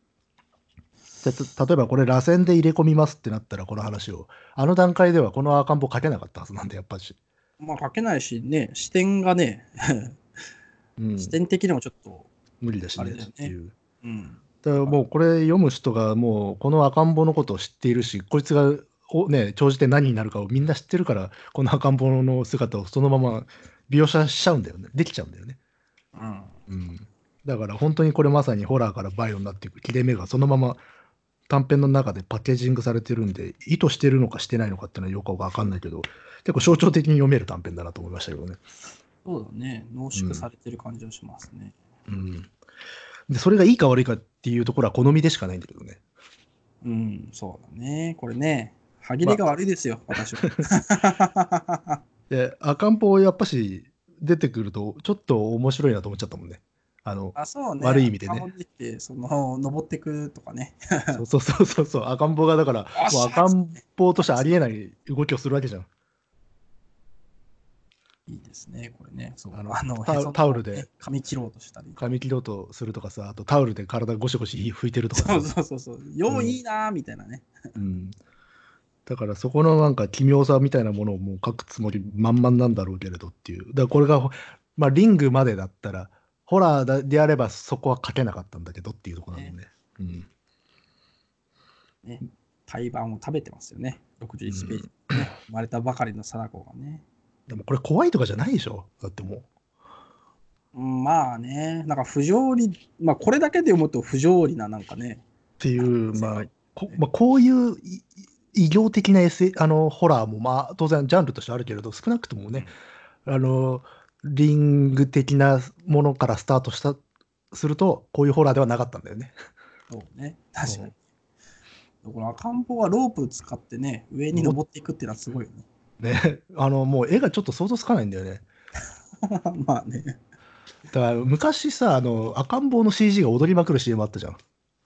でた例えばこれ螺旋で入れ込みますってなったらこの話をあの段階ではこの赤ん坊書けなかったはずなんでやっぱし。まあ書けないしね視点がねうん、視点的にもちょっと無理だしあねれだよねっていう。うんだからもうこれ読む人がもうこの赤ん坊のことを知っているしこいつがおね長じて何になるかをみんな知ってるからこの赤ん坊の姿をそのまま描写しちゃうんだよねできちゃうんだよね、うんうん、だから本当にこれまさにホラーからバイオになっていく切れ目がそのまま短編の中でパッケージングされてるんで意図してるのかしてないのかっていうのはよくわかんないけど結構象徴的に読める短編だなと思いましたけどねそうだね濃縮されてる感じはしますね、うんでそれがいいか悪いかっていうところは好みでしかないんだけどねうん、そうだねこれね歯切れが悪いですよ、私 はで赤ん坊やっぱし出てくるとちょっと面白いなと思っちゃったもんね。あのあそうね悪い意味でね赤文字ってその登ってくとかねそうそうそうそうそう赤ん坊がだからしもう赤ん坊としてありえない動きをするわけじゃん。いいですね、これね。そうあのタへそのタオルで髪切ろうとしたり。髪切ろうとするとかさあとタオルで体ゴシゴシ拭いてるとそかさうそうそうそう。よういいなーみたいなね。うん、だからそこのなんか奇妙さみたいなものをもう書くつもり満々なんだろうけれどっていうだからこれが、まあ、リングまでだったらホラーだであればそこは書けなかったんだけどっていうところなんだよね。うん胎盤を食べてますよね。61ページ、ね生まれたばかりの貞子がね。でもこれ怖いとかじゃないでしょだってもう。うんまあね、なんか不条理、まあこれだけで読むと不条理ななんかね。っていう、あまあ世界こまあ、こういういい異形的な、S、あのホラーも、まあ、当然ジャンルとしてあるけれど少なくともね、あのリング的なものからスタートしたするとこういうホラーではなかったんだよね。そうね、確かに。この赤ん坊はロープ使ってね、上に登っていくっていうのはすごいよね。 ねあのもう絵がちょっと想像つかないんだよね。まあね。だから昔さあの赤ん坊の CG が踊りまくる CM あったじゃん。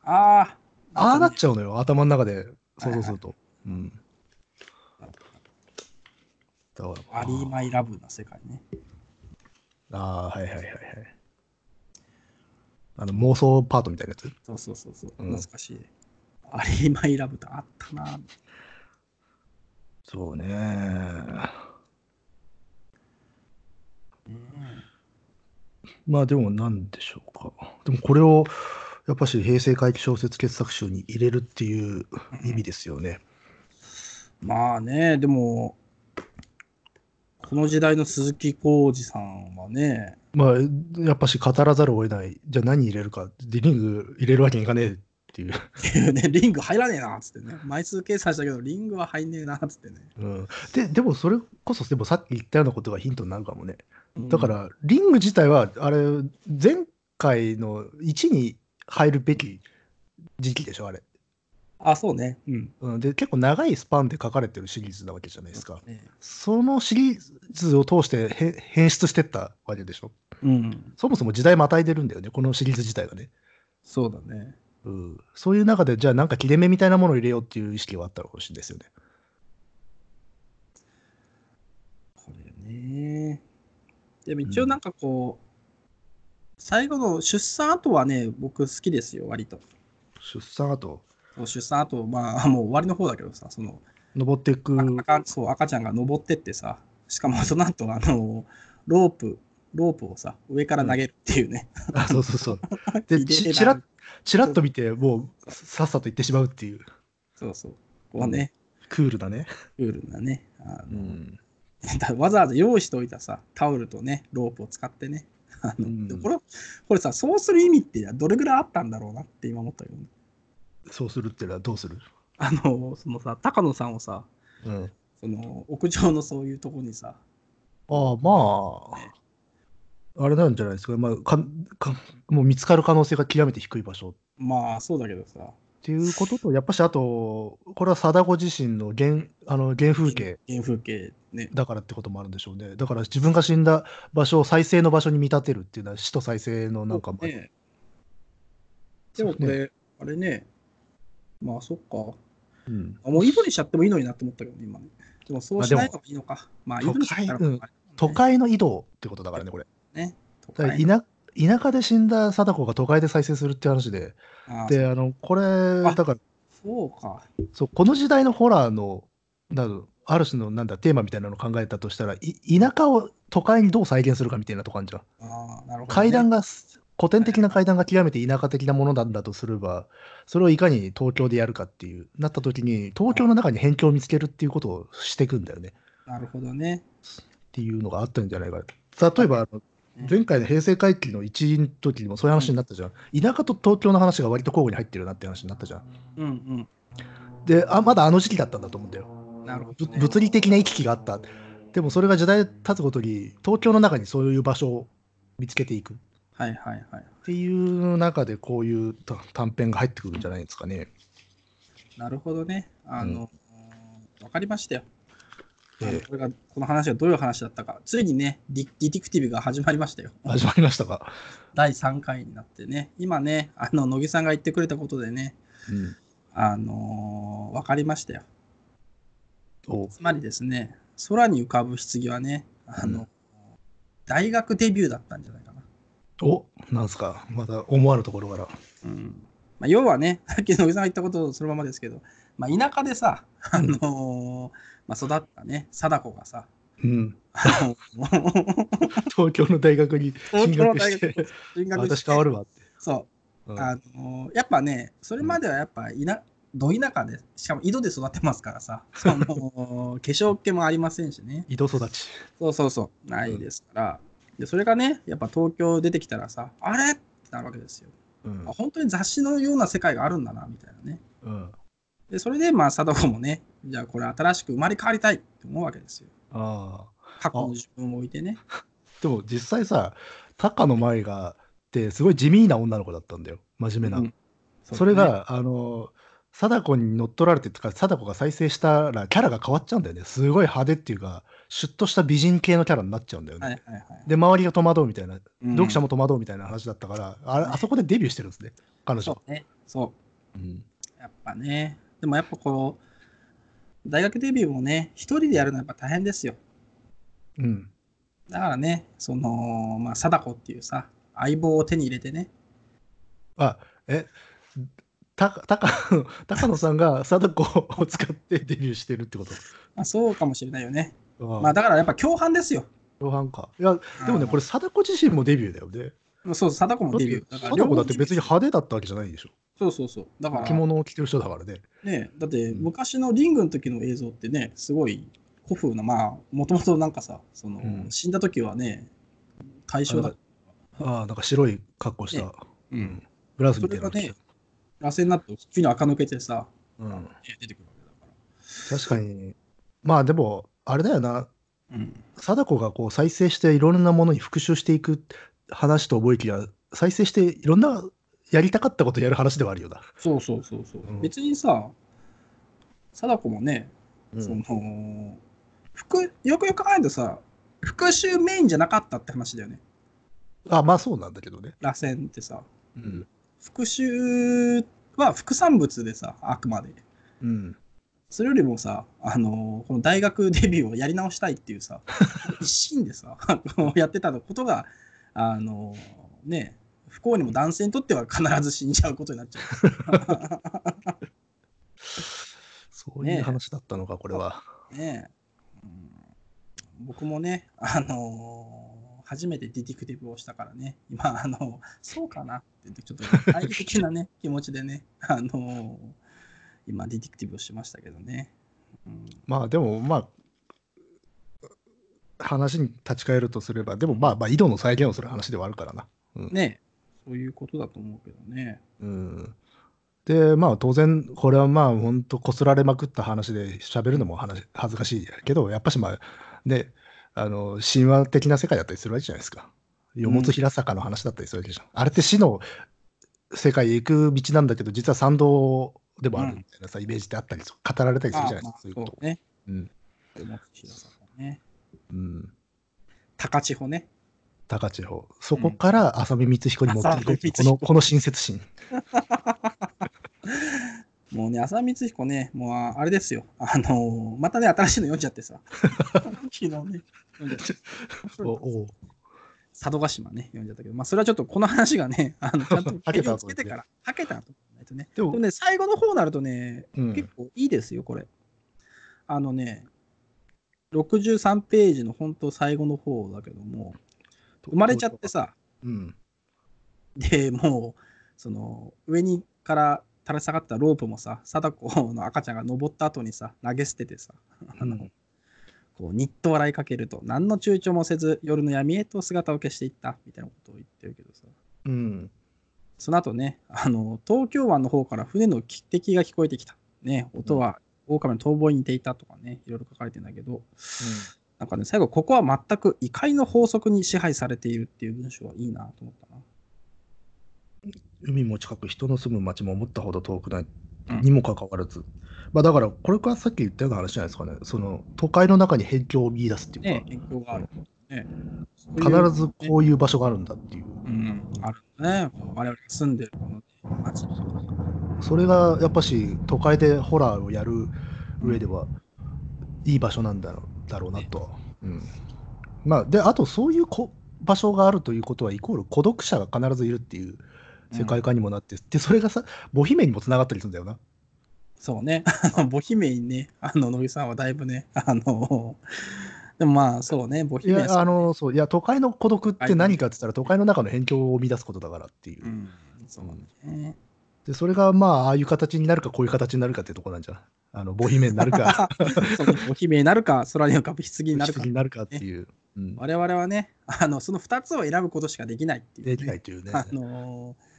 ああ。ああなっねちゃうのよ頭の中で想像すると。うん、だからアリーマイラブな世界ね。ああ、はいはいはいはい。あの妄想パートみたいなやつ。そうそうそうそう、うん懐かしい。アリーマイラブとあったな。そうね。まあでもなんでしょうか。でもこれをやっぱし平成回帰小説傑作集に入れるっていう意味ですよね。まあね、でも、この時代の鈴木浩二さんはね、まあ、やっぱし語らざるを得ない。じゃあ何入れるか。リニング入れるわけにいかねえっていっう。ていうね、 リング入らねえなっつってね、枚数計算したけど、リングは入んねえなっつってね。うん、で、でもそれこそ、でもさっき言ったようなことがヒントになるかもね。うんだか、ら、リング自体は、あれ、前回の1に入るべき時期でしょ、あれ。あ、そうね。うん。うん、で、結構長いスパンで書かれてるシリーズなわけじゃないですか。ねそのシリーズを通してへ変質してったわけでしょ。うん、そもそも時代またいでるんだよね、このシリーズ自体がね。そうだね。うん、そういう中で、じゃあなんか切れ目みたいなものを入れようっていう意識はあったらほしいですよね。これね。でも一応なんかこう、最後の出産後はね、僕好きですよ、割と。出産後、そう出産後、まあ もう終わりの方だけどさ、その、登っていく。 赤そう赤ちゃんが登ってってさ、しかもその後あの、ロープ、ロープをさ、上から投げるっていうね。あそうそうそう。で、ひでえなちちらちらっと見て、もうさっさと行ってしまうっていう、そうそう。こうね、クールだね。ルールなね。あのん。だ わざわざ用意しておいたさ、タオルとね、ロープを使ってね。あのうんこれこれさ、そうする意味ってどれぐらいあったんだろうなって今思ったよ、ね。そうするってのはどうするあの、そのさ、高野さんをさ、うん。その屋上のそういうとこにさ、ああ、まあ、あれなんじゃないですか。まあ、かかもう見つかる可能性が極めて低い場所っまあそうだけどさ、ていうこ とと、やっぱしあと、これは貞子自身の原あの原風景原風景ね。だからってこともあるんでしょうね。だから自分が死んだ場所を再生の場所に見立てるっていうのは死と再生のなんか、そうねでもこそうれ、あれね、まあそっか。うん、あもう井戸にしちゃってもいいのになって思ったけどね、今ね。でもそうしないのがいいのか。まあ井でも戸にしちゃったら都会うん都会の移動ってことだからね、これ。ね。都だから会田田舎で死んだ貞子が都会で再生するって話で、あで、あの、これ、だから、そうか。そう、この時代のホラーの、など、ある種の、なんだ、テーマみたいなのを考えたとしたら、い田舎を都会にどう再現するかみたいなとこあるじゃん。ああ、なるほど、ね。階段が、古典的な階段が極めて田舎的なものなんだとすれば、それをいかに東京でやるかっていう、なった時に、東京の中に辺境を見つけるっていうことをしていくんだよね。なるほどね。っていうのがあったんじゃないか。例えば、あの前回の平成回帰の一員の時にもそういう話になったじゃん。田舎と東京の話が割と交互に入ってるなって話になったじゃん。うんで、あまだあの時期だったんだと思うんだよ。うん。なるほぶど、ね。物理的な行き来があった。でもそれが時代経つごとに、東京の中にそういう場所を見つけていくっはいはいはい。ていう中で、こういうた短編が入ってくるんじゃないですかね。なるほどね。あの、わかりましたよ。あのええこれがこの話がどういう話だったか。ついにね、ディディティクティブが始まりましたよ。始まりましたか。第3回になってね。今ね、あの乃木さんが言ってくれたことでね、うん、あのーわかりましたよ。おつまりですね、空に浮かぶ棺はね、あの、う大学デビューだったんじゃないかな。おなんすか。まだ思わぬところから。うんまあ、要はね、さっき野木さんが言ったことそのままですけど、まあ、田舎でさ、あのーまあ、育ったね、貞子がさ、うん、あの東京の大学に 進東京の学大し学て、 進学私し変わて、るわって。そうう、んあのーやっぱね、それまではやっぱ田、ど田舎で、しかも井戸で育ってますから さ、その化粧っ気もありませんしね、井戸育ち。そうそうそう、ないですから、でそれがね、やっぱ東京出てきたらさ、あれってなるわけですよ。うんあ本当に雑誌のような世界があるんだな、みたいなね。うん、で、それで、まあ、貞子もね、じゃあこれ新しく生まれ変わりたいって思うわけですよ。ああ。過去の自分を置いてね。でも実際さ、高野舞がってすごい地味な女の子だったんだよ、真面目な。うんそれ、が、あの、貞子に乗っ取られてとか、貞子が再生したらキャラが変わっちゃうんだよね。すごい派手っていうか、シュッとした美人系のキャラになっちゃうんだよね。はいはいはい。で、周りが戸惑うみたいな、うん読者も戸惑うみたいな話だったから、あれあそこでデビューしてるんですね、彼女そ。うね。そうんう。やっぱね。でもやっぱこう、大学デビューもね、一人でやるのはやっぱ大変ですよ。うんだからね、その、まあ、貞子っていうさ、相棒を手に入れてね。あ、え、た高野 高野さんが貞子を使ってデビューしてるってことまあ、そうかもしれないよね。ああ まあ、だからやっぱ共犯ですよ。共犯か。いや、でもね、これ、貞子自身もデビューだよね。れ。そう、貞子もデビュー。だってから貞子だって別に両方派手だったわけじゃないでしょ。そうそうそう。だから、着物を着てる人だからね。ねだって昔のリングの時の映像ってねすごい古風なまあもともとなんかさその、うん死んだ時はね対象だっああ、なんか白い格好した、うん。ブラウスみたいなの着てそ螺旋になって、次の垢抜けてさ、うん、ね出てくるわけだか確かに。まあでも、あれだよな、ら。うん。貞子がこう再生していろんなものに復習していく話と思いきや、再生していろんなやりたかったことやる話ではあるよな。そうそうそうそう。うん別にさ、貞子もね、その復よくよく考えるとさ、復讐メインじゃなかったって話だよね、あまあそうなんだけどね。螺旋ってさ。うん。復讐は副産物でさ、あくまで。うん。それよりもさ、あのこの大学デビューをやり直したいっていうさ、一心でさ、あのやってたことが、あのね、不幸にも男性にとっては必ず死んじゃうことになっちゃう。そういう話だったのか、これは。ねえ、うん、僕もね、あのー初めてディティクティブをしたからね、今、あのそうかなって、ちょっと懐疑的な ね、気持ちでね、あのー今、ディティクティブをしましたけどね。うん、まあでも、まあ、話に立ち返るとすれば、でもまあ、まあ、井戸の再現をする話ではあるからな。ねえそういうことだと思うけどね。うん。で、まあ当然、これはまあ本当、こすられまくった話で喋るのも話恥ずかしいけど、やっぱしまあ、ね、あの、神話的な世界だったりするわけじゃないですか。与本平坂の話だったりするわけじゃん。あれって死の世界へ行く道なんだけど、実は参道でもあるみたいなさ、イメージってあったりと語られたりするじゃないですか、そういうこと。うね。うん。山口平さんね。うん。高千穂ね。高千穂。そこから浅見光彦に持っていくっていう、こ浅の、見光彦この親切心。もうね、浅見光彦ね、もうあれですよ。あのーまたね、新しいの読んじゃって さ。昨日ね、読んじゃって。おおう佐渡島ね、読んじゃったけど、まあ、それはちょっとこの話がね、 あのちゃんと はけたつ後けてから、はけたとないとね。ででもも、ね、最後の方になるとね、うん結構いいですよ、これ。あのね、63ページの本当最後の方だけども、生まれちゃってさ、うん。でもう、その、上にから垂れ下がったロープもさ、貞子の赤ちゃんが登った後にさ、投げ捨ててさ、あの、うんこう、にっと笑いかけると、何の躊躇もせず、夜の闇へと姿を消していった、みたいなことを言ってるけどさ。うん。その後ね、あの東京湾の方から船の汽笛が聞こえてきた。ね、音は狼の逃亡に似ていたとかね、いろいろ書かれてんだけど、なんかね、最後、ここは全く異界の法則に支配されているっていう文章はいいなと思ったな。海も近く人の住む町も思ったほど遠くないうんにもかかわらず、まあだからこれからさっき言ったような話じゃないですかねその都会の中に辺境を見出すっていうねか、、勉強がある。ね、必ずこういういう場所があるんだっていうう、うん、あるね。我々が住んでるこの街とかそれがやっぱし都会でホラーをやる上ではいい場所なんだろうだろうなとは、うんまあであとそういうこ場所があるということはイコール孤独者が必ずいるっていう世界観にもなって、でそれがさ母姫にもつながったりするんだよなそうね、 あの、母姫にね、あの、野木さんはだいぶね、あの、 でもまあ、そうね、母い姫はや、あの、そう、いや、都会の孤独って何かって言ったら、都会の中の辺境を生み出すことだからっていう。うん、そうね。で、それが、まあ、ああいう形になるか、こういう形になるかっていうところなんじゃないあの、ボヒメにな る か、そうお姫になるか、空に浮かぶ棺になるか棺。になるかっていう。うん、我々はね、あのその2つを選ぶことしかできないっていう、できないというね。あのー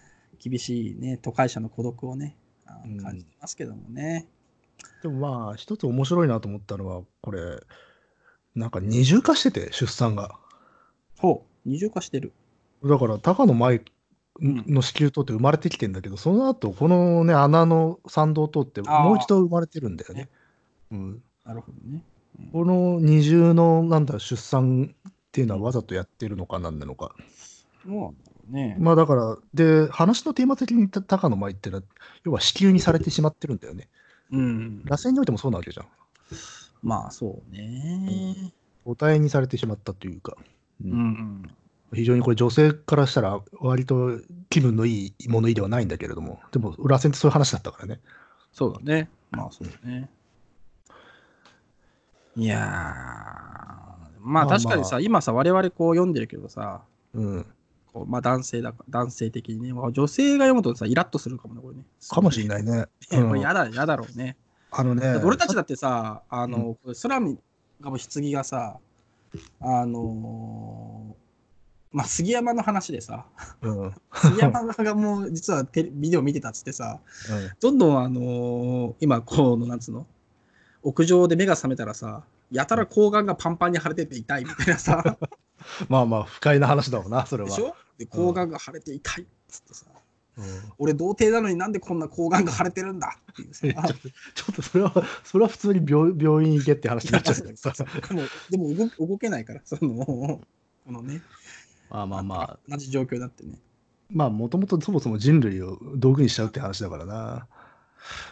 厳しい、ね、都会者の孤独をね、あうん感じてますけどもね。でも、まあ、一つ面白いなと思ったのは、これ、なんか二重化してて、出産が。ほう、二重化してる。だから、高野舞うんの子宮通って生まれてきてんだけど、その後、このね、穴の参道を通って、あーもう一度生まれてるんだよね。うん。なるほどね。この二重のなんだ出産っていうのはわざとやってるのか何なのか。そうなんだろうね。まあだから、で、話のテーマ的にた高野舞ってのは、要は子宮にされてしまってるんだよね。うん、螺旋においてもそうなわけじゃん。まあそうね。母体にされてしまったというか、ううんん、非常にこれ女性からしたら割と気分のいい物言いではないんだけれども、でも螺旋ってそういう話だったからね。そうだね。まあそうだね。いやー、まあ確かにさ、まあまあ今さ、我々こう読んでるけどさ、うん。こうまあ男性だか男性的にね、まあ女性が読むとさ、イラッとするかもね、これね。かもしれないね。ねうんこれやだ、やだろうね。あのねだっ、て俺たちだってさ、あの、これ空に浮かぶ棺がさ、あのまあ、杉山の話で さ、うん。うん。杉山がもう実はテレビデオ見てたっつってさ、どんどんあのー今このなんつうの屋上で目が覚めたらさやたら睾丸がパンパンに腫れてて痛いみたいなさまあまあ、不快な話だろうな、それでは。しょで睾丸が腫れて痛いっつってさ うん俺童貞なのになんでこんな睾丸が腫れてるんだっていう さちょっとちょっとそれは、それは普通に病病院行けって話になっちゃうけどさ。でもでも動け動けないからそのこのねまあまあまあ、同じ状況だってねまあ、もともとそもそも人類を道具にしちゃうって話だからな。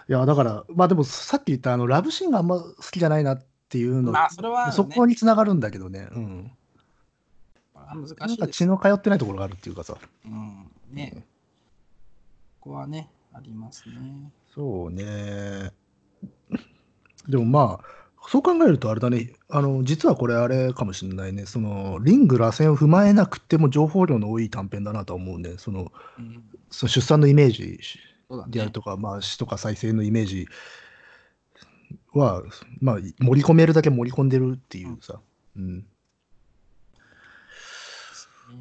いや、だから、まあでもさっき言ったあのラブシーンがあんま好きじゃないなっていうの、まあそれは、ね、そこにつながるんだけどね、うん。難しいなんかです血の通ってないところがあるっていうかさ。うんねここはねありますねそうね。でもまあ、そう考えるとあれだね、あの実はこれあれかもしれないね、そのリング螺旋を踏まえなくても情報量の多い短編だなとは思うね、そのうんその出産のイメージそうだねであるとか、まあ、死とか再生のイメージは、まあ、盛り込めるだけ盛り込んでるっていうさ、うん、ね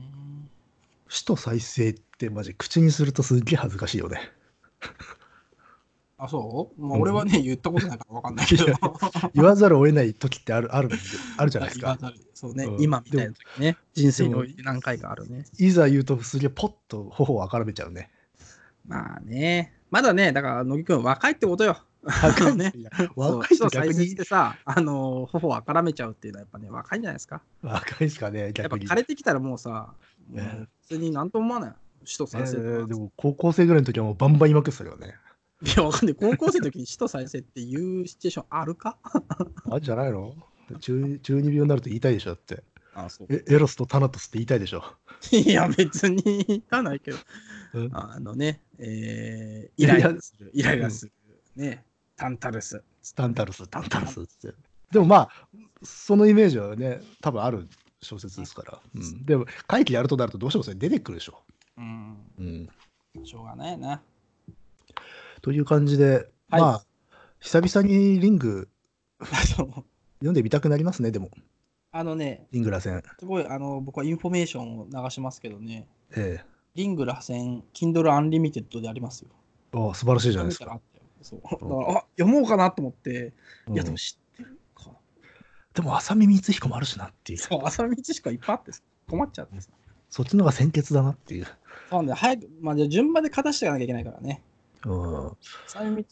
死と再生ってマジ口にするとすっげえ恥ずかしいよね。あ、そう、まあ、うん俺はね、言ったことないからわかんないけど。いや言わざるを得ない時ってあるあ るんであるじゃないですか。今なるそうね、うん今みたいな時ね、人生において何回かあるね。いざ言うとすげえポッと頬をあからめちゃうね。まあね、まだね、だから乃木くん若いってことよ。若 い,、ねね、若いと逆っにてさ、あのー、頬をあからめちゃうっていうのはやっぱね、若いんじゃないですか。若いしかねやっぱ逆に。枯れてきたらもうさ、もねう普通になんとも思わない。死とえ再生とかーでも高校生ぐらいの時はもうバンバン言いまくってたよね。 いや、わかんない。高校生の時に死と再生っていうシチュエーションあるかあんじゃないの中中二病になると言いたいでしょだってあ、そう。え。エロスとタナトスって言いたいでしょ。 いや、別に言いかないけど。うんあのね、えー、イライラする、イライラする、ね、タンタルス。タンタルス、タンタルスって。でもまあ、そのイメージはね、多分ある小説ですから。うん、でも、会期やるとなるとどうしてもそれ出てくるでしょ。うん、うん、しょうがないな。という感じで、はいまあ、久々にリングあの読んでみたくなりますね、でも、あのね、リング螺旋。すごいあの僕はインフォメーションを流しますけどね、ええリング螺旋、Kindle Unlimited でありますよ。ああ素晴らしいじゃないですあか。ったよそうだからあ読もうかなと思って、いや、うんでも知ってるかな。でも、浅見光彦もあるしなっていう、そう、浅見道しかいっぱいあってさ困っちゃってさ。そっちの方が先決だなっていう。そうなんで、早く、まあ、じゃあ順番で勝たしていかなきゃいけないからね。うん、サイミ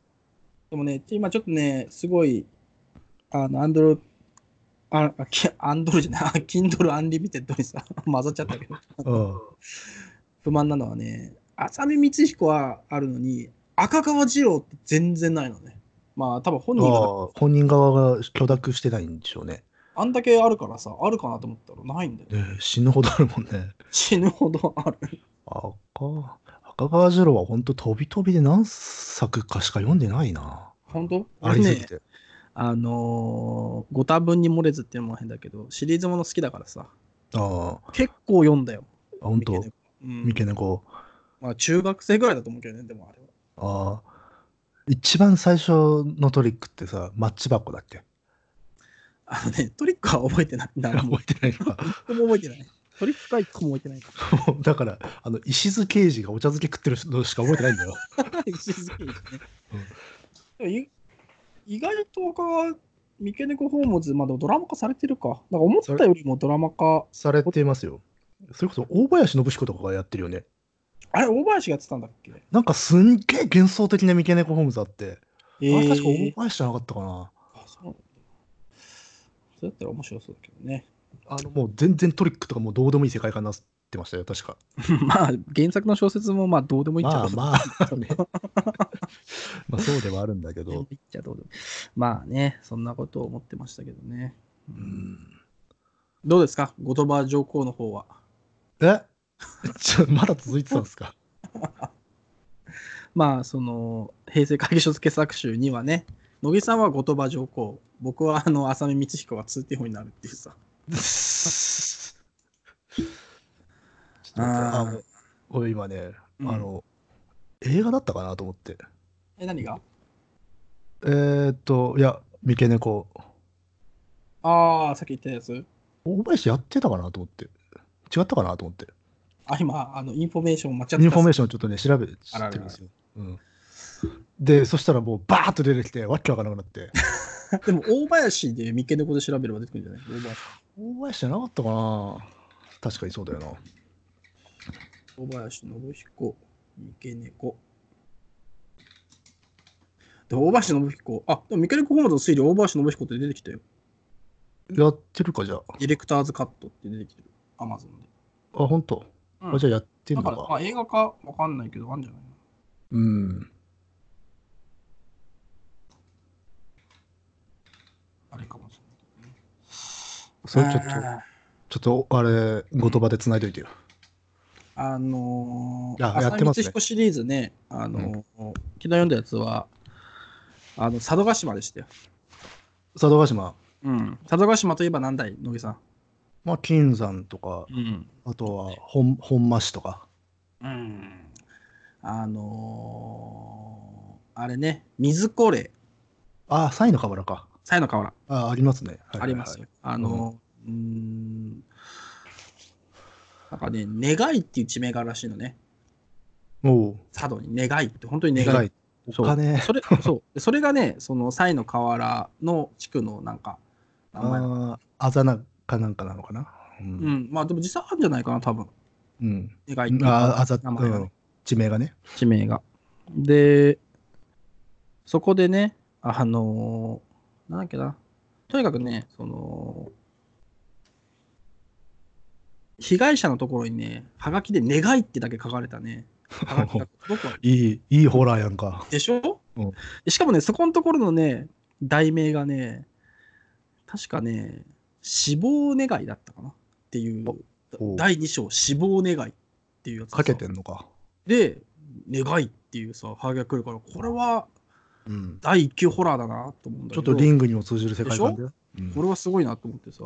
でもね、今ちょっとね、すごい、あの、アンドロ、あ、あきアンドロじゃない、あキンドルアンリミテッドにさ、 混ざっちゃったけど、うん不満なのはね、浅見光彦はあるのに、赤川次郎って全然ないのね。まあ、多分本人がああ本人側が許諾してないんでしょうね。あんだけあるからさ、あるかなと思ったらないんだよ。ねえ死ぬほどあるもんね。死ぬほど ある。赤赤川次郎は本当飛び飛びで何作かしか読んでないな。本当あありれすぎね、て。あのーご多分に漏れずっていうのも変だけど、シリーズもの好きだからさ、ああ、結構読んだよ。本当三毛。猫うん三毛猫。まあ中学生ぐらいだと思うけどね、でもあれは。ああ。一番最初のトリックってさ、マッチ箱だっけあのね、トリックは覚えてない。何も覚えてないのか。一個も覚えてない。トリックは一個も覚えてない。もうだから、あの、石津刑事がお茶漬け食ってるのしか覚えてないんだよ。石づけですねうんでもい意外と他は三毛猫ホームズ、まあでもドラマ化されてるか。なんか思ったよりもドラマ化。されてますよ。それこそ大林信彦とかがやってるよね。あれ、大林がやってたんだっけなんかすんげえ幻想的な三毛猫ホームズあって。えあれ確かー大、林じゃなかったかな。あそうなんだそうやったら面白そうだけどね。あの、もう全然トリックとかもうどうでもいい世界観になってましたよ、確か。 まあ、原作の小説もまあどうでもいいっちゃうまあまあ、 ね、まあそうではあるんだけどうでも、どいいっちゃどうでもいいまあね、そんなことを思ってましたけどね。ううんん、どうですか後鳥羽上皇の方は。え ちょまだ続いてたんです かまあその平成会議小傑作集にはね乃木さんは後鳥羽上皇僕はあの浅見光彦が通天法になるっていうさちょっと待ってあもう俺今ね、うんあの映画だったかなと思ってえ何がえー、っといや三毛猫ああさっき言ったやつ大林やってたかなと思って違ったかなと思って。あ、今、あの、インフォメーション間違ってインフォメーシションちょっとね、調べてあららるんですよ。うん、で、そしたらもうバーッと出てきて、わっけわからなくなって。ョン。でも、大林で眉間のこと調べれば出てくるんじゃない大林大林じゃなかったかな確かにそうだよな。小林信彦、三毛猫。で、大林信彦。あ、でも三毛猫本の推理、大林信彦って出てきたよ。やってるか、じゃディレクターズカットって出てきてる。アマゾンで。あ。あ、本当、うんあじゃあやってんだのか、からまあ、映画かわかんないけど、あるんじゃないうん。あれかもしれない。それちょっと、あちょっとあれ、言葉で繋いでおいてよ。ーあのー、あやってます浅ね井光彦シリーズね、あのー昨日読んだやつは、あの、佐渡島でしたよ。佐渡島、うん。佐渡島といえば何だい、野木さん。まあ、金山とか、うん。あとは本本間市とか。うんあのーあれね、水これ、ああ、サイの河原か。サイの河原、ああ、ありますね。はいはいはいありますよ。。あのーうーん、なんかね、願いっていう地名があるらしいのね、おう佐渡に願いって、本当に願い。願い。そおう金。それそうでそれがね、そのサイの河原の地区のなんか、名前なああ、あざなかなんかなのかな。う。うんん、まあでも実際あるんじゃないかな、多分うん。願いっていうああ、あざ、名前がうねん地名がね。地名が。で、そこでね、あのーなんだっけな、とにかくね、その、被害者のところにね、はがきで願いってだけ書かれたね、はがきが僕はいい、いいホラーやんか。でしょ、うんでしかもね、そこのところのね、題名がね、確かね、死亡願いだったかなっていう、おう第2章、死亡願いっていうやつさかけてんのか。で、願いっていうさ、ハーゲが来るから、これはうん。第一級ホラーだなと思うんだちけょっど、とリングにも通じる世界観だよ。うんこれはすごいなと思ってさ、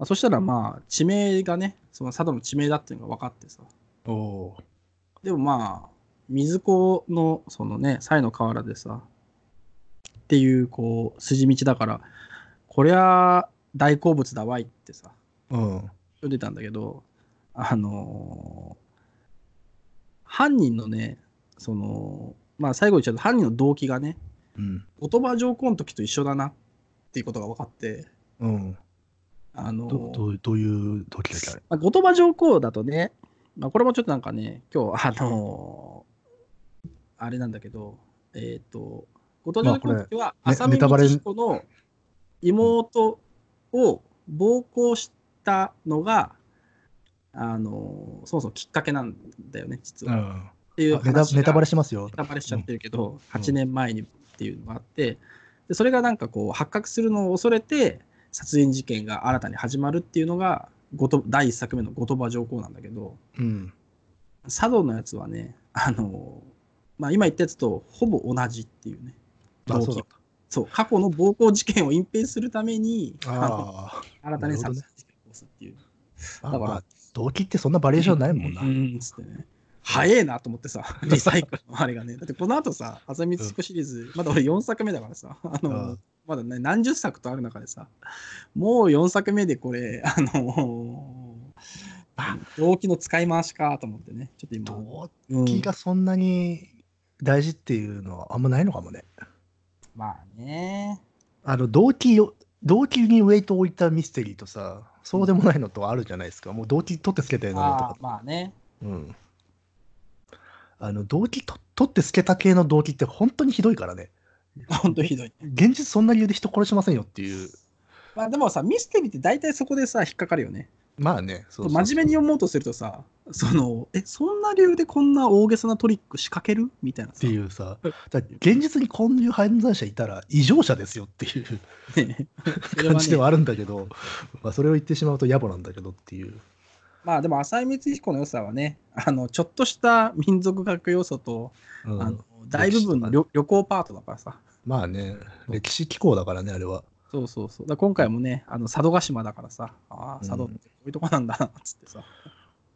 あそしたらまあ、地名がね、その佐渡の地名だっていうのが分かってさ、おうでもまあ、水子のそのね、西の河原でさ、っていうこう、筋道だから、こりゃ大好物だわいってさ、うん。読んでたんだけど、あのー犯人のね、その、まあ最後に言っちゃうと、犯人の動機がね、うん。後鳥羽上皇の時と一緒だなっていうことが分かって、うん。あのどどーうどういう時だっけあれ。まあ後鳥羽上皇だとね、まあ、これもちょっとなんかね、今日、あのーあれなんだけど、えっ、と、後鳥羽上皇の時は、まあ浅見これ光ね彦の妹を暴行したのが、あのーそもそもきっかけなんだよね、実は。うんっていうあネタ話がネタバレしますよネ。タバレしちゃってるけど、うん8年前にっていうのがあってでそれがなんかこう発覚するのを恐れて殺人事件が新たに始まるっていうのがごと第1作目の後鳥羽上皇なんだけどうん。茶道のやつはねあの、まあ、今言ったやつとほぼ同じっていうねあ、そうだった。そう過去の暴行事件を隠蔽するために あのあ新たになる殺ほどね人事件を起こすっていう。あ。だからまあ動機ってそんなバリエーションないもんなう。ん、つってね。早えなと思って さ、リサイクルのあれがね。だってこの後さ、あざみつこシリーズ、まだ俺4作目だからさ、あうのん、まだね、何十作とある中でさ、もう4作目でこれ、あの、動機の使い回しかと思ってね、ちょっと今、動うん機がそんなに大事っていうのはあんまないのかもね。まあね、あの動機よ動機にウェイトを置いたミステリーとさ、そうでもないのとあるじゃないですか。もう動機取ってつけたようなのとあかー。まあね、うん。あの動機と取ってつけた系の動機って本当にひどいからね。本当ひどい。現実そんな理由で人殺しませんよっていう。まあでもさ、ミステリーって大体そこでさ、引っかかるよね。まあね、そうそう真面目に読もうとするとさ、その、え、そんな理由でこんな大げさなトリック仕掛けるみたいなっさていうさ、だから現実にこういう犯罪者いたら異常者ですよっていうね それは感ねじではあるんだけど、まあ、それを言ってしまうと野暮なんだけどっていう。まあでも浅井光彦の良さはねあのちょっとした民族学要素と、うんあの大部分の旅旅行パートだからさまあね、歴史機構だからね、あれは。そうそうそうだから今回もねあの佐渡島だからさああ佐渡ってこういうとこなんだなっつってさ、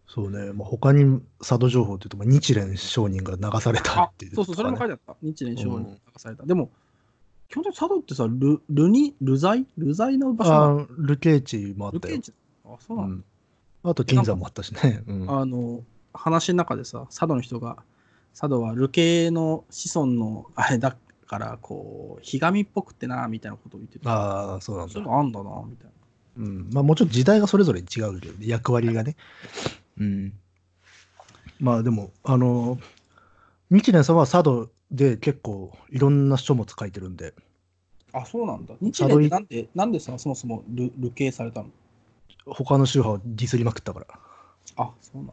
そうね、まあ、他に佐渡情報っていうと、まあ、日蓮商人が流されたあっていう、そうそうそれも書いいてあった日蓮聖人うんに流された、でも基本的に佐渡ってさルルニルザイルザイの場所なのあールケーチもあっルたケよン。チあそうなんだ、うんあと金山もあった しね。うん、あの話の中でさ佐渡の人が佐渡は流刑の子孫のあれだからこうひがみっぽくってなみたいなことを言っててああ、そうなんそだういう。のあんだなみたいなうん、まあもちろん時代がそれぞれ違うけど、ね、役割がね。うん。まあでも、あの、日蓮さんは佐渡で結構いろんな書物書いてるんで、あそうなんだ日蓮ってなんでなんでさそもそも流流刑されたの他の宗派をディスりまくったから。あそうなんだ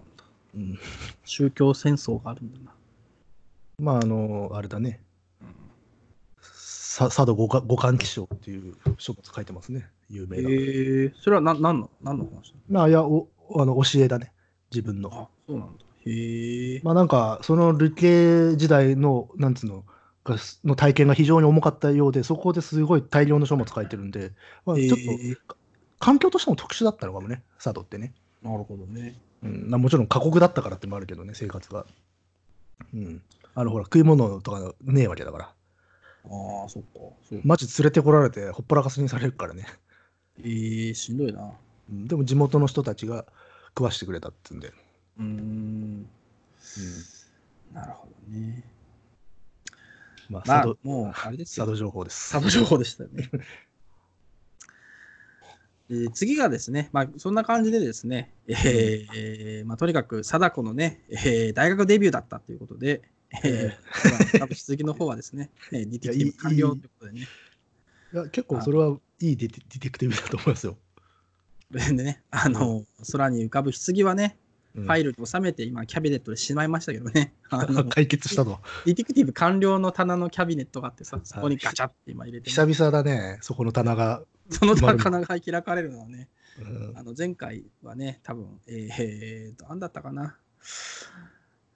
うん、宗教戦争があるんだなまああの、あれだね。さ佐渡五か五感記章っていう書物書いてますね。有え名な。ー、それはな何の何の話まあいや、おあの教えだね。自分の。あそうなんだへえ、まあなんかその流刑時代のなんつうのがの体験が非常に重かったようでそこですごい大量の書物書いてるんで、まあ、えちょっとー環境としても特殊だったのかもね佐渡ってね、なるほどねうん、まあもちろん過酷だったからってのもあるけどね生活が、うん、あのほら食い物とかねえわけだからああそっかそうマジ連れてこられてほっぽらかすにされるからね、えー、しんどいなうん、でも地元の人たちが食わしてくれたっつうんで、うん、うーんなるほどねままああ佐渡、もうあれです佐よ渡情報ですサブ情報でしたね。 えー次がですね、まあ、そんな感じでですね、えーえーまあ、とにかく貞子のね、えー大学デビューだったということで、えーまあ多分続きの方はですね、え ー、ディティクティブ完了ということでね、いや結構それはいいディテディテクティブだと思いますよ、これでね、あの空に浮かぶ棺はね、うんファイルに収めて、今、キャビネットでしまいましたけどね、あの 解決したとディティクティブ完了の棚のキャビネットがあってさ、そこにガチャって今入れてね、久々だね、そこの棚が。その棚が開かれるのはね、うんあの前回はね、多分えーえーと、何だったかな。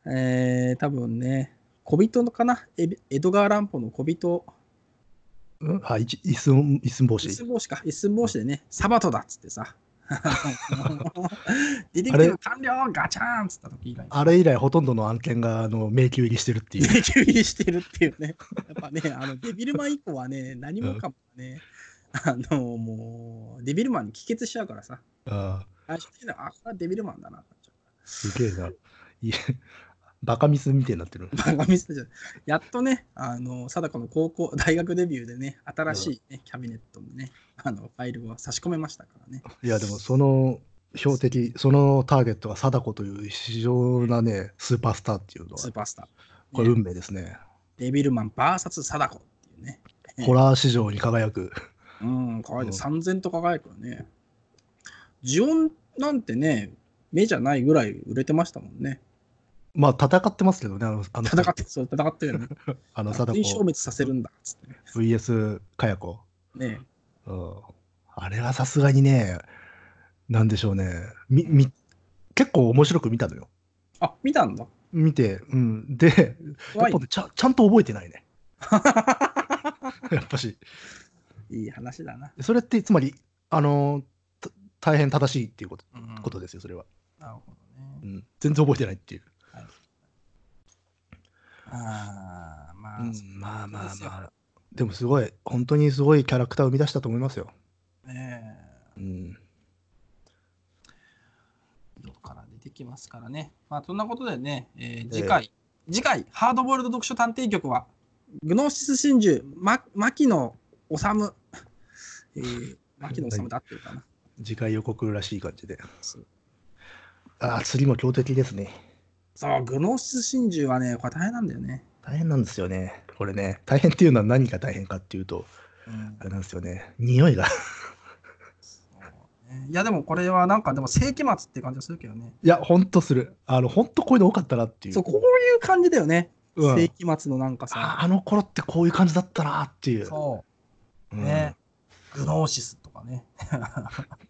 えー、多分ね、小人のかなエビ江戸川乱歩の小人、うん、あ、いち一寸一寸帽一寸子。帽子か、一寸帽子でね、サバトだっつって さ、出てきあてれる完了ガチャーンっつった時以外に、あれ以来、ほとんどの案件があの迷宮入りしてるっていう。迷宮入りしてるっていう ね、やっぱね、あのデビルマン以降はね、何もかもね、あのもう、デビルマンに帰結しちゃうからさ、ああ、知ってるのあ、これはデビルマンだなってなっちゃう。すげえな。いやバカミスみたいになってる。バカ見せたじゃんやっとね、あの、貞子の高校、大学デビューでね、新しい、ねキャビネットもね、あの、ファイルを差し込めましたからね。いや、でもその標的、そのターゲットが貞子という非常なね、スーパースターっていうのスはー、パースター。これ運命ですね。デビルマン VS 貞子っていうね。ホラー史上に輝く。うん、可愛い。うん3000と輝くよね。ジオンなんてね、目じゃないぐらい売れてましたもんね。まあ、戦ってますけどね、あの、あの戦って、そう戦ってるよ ね。あの勝手に消貞子滅させるんだっつってね VS かや子。ね。うんあれはさすがにね、なんでしょうね、みみ結構面白く見たのよ。あ、見たんだ。見て、うん、で、や怖っいぱねちゃちゃんと覚えてな いね。やっぱし、いい話だな。それってつまり、あのた大変正しいっていうことうんことですよ、それは、なるほどねう。ん。全然覚えてないっていう。ああ、まあ、うんまあまそうですあよまあ、でもすごい、本当にすごいキャラクターを生み出したと思いますよ。ねうん、どこから出てきますからね。まあ、そんなことでね、えー次回、次回、ハードボイルド読書探偵局は、グノーシス真珠、ま、牧野治、えー、牧野治だってるかな。次回予告らしい感じで。そうああ、次も強敵ですね。そう、グノーシス真珠はね、これ大変なんだよね。大変なんですよね。これね、大変っていうのは何が大変かっていうと、うんあれなんですよね。匂 いが。そうねいや、でもこれはなんか、でも世紀末って感じがするけどね。いや、ほんとする。あの、ほんとこういうの多かったなっていう。そう、こういう感じだよね。うん世紀末のなんかあさ、あの頃ってこういう感じだったなっていう。そう、うんね。グノーシスとかね。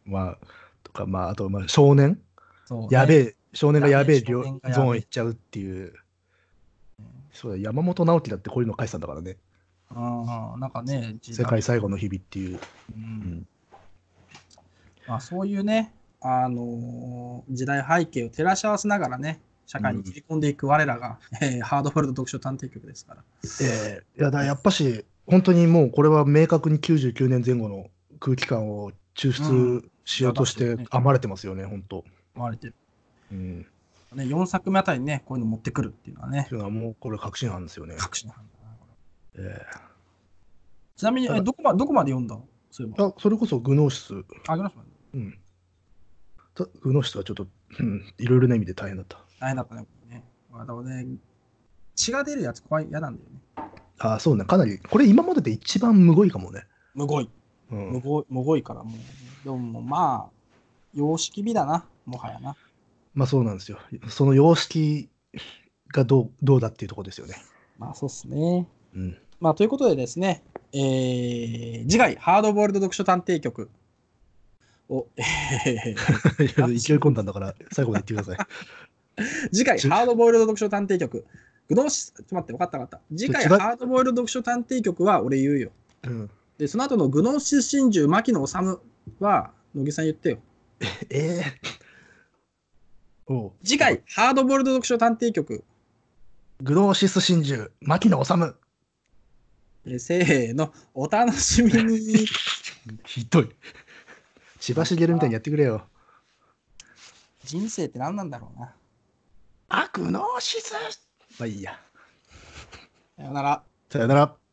まあ、とか、まあ、あと、まあ、少年、そうねやべえ、少年がやべえやべえ量少年がやべえゾーン行っちゃうっていう。そうだ、山本直樹だってこういうの書いてたんだからね。うん、なんかね、時世代界最後の日々っていう。ううんん。まあ、そういうね、あのー時代背景を照らし合わせながらね、社会に切り込んでいく我らが、えーハードボイルド読書探偵局ですから。ええいや、だからやっぱし、本当にもうこれは明確に99年前後の空気感を抽う出しようとしそうてだね編まれてますよね、本当。回れてる。うん。っね、4作目あたりにね、こういうの持ってくるっていうのはねて、いうのはもうこれ確信犯ですよね。確信犯だなこれえちなみに、ただえどこまどこまで読んだのそういええば。あ、それこそグノーシス。あ、グラスマンうん。たグノーシスはちょっと、うんいろいろな意味で大変だった。大変だったね。これねまあ、でもね、血が出るやつ怖い、嫌なんだよね。あ、そうね。かなり、これ今までで一番むごいかもね。むごい。うむん。ごい、むごいからもう。でももうまあ、様式美だな、もはやな。まあそうなんですよ。その様式がどうどうだっていうところですよね。まあそうっすね。 うん。まあということでですね、えー、次回、ハードボールド読書探偵局を、えー勢い込んだんだから、最後まで言ってくださ 次回、ちハードボイルド読書探偵局。グノーシス、ちょっと待って、分かった分かった。次回、ちょ違うハードボイルド読書探偵局は俺言うよ。い。うん、で、その後のグノーシス真珠、牧野治は、乃木さん言ってよ。ええおう次回、ハードボイルド読書探偵局。グノーシス真珠、牧野治。えーせーの、お楽しみに。ひどい。千葉茂みたいにやってくれよ。 人生って何なんだろうな。あ、グノーシスまあいいや。さよなら。さよなら。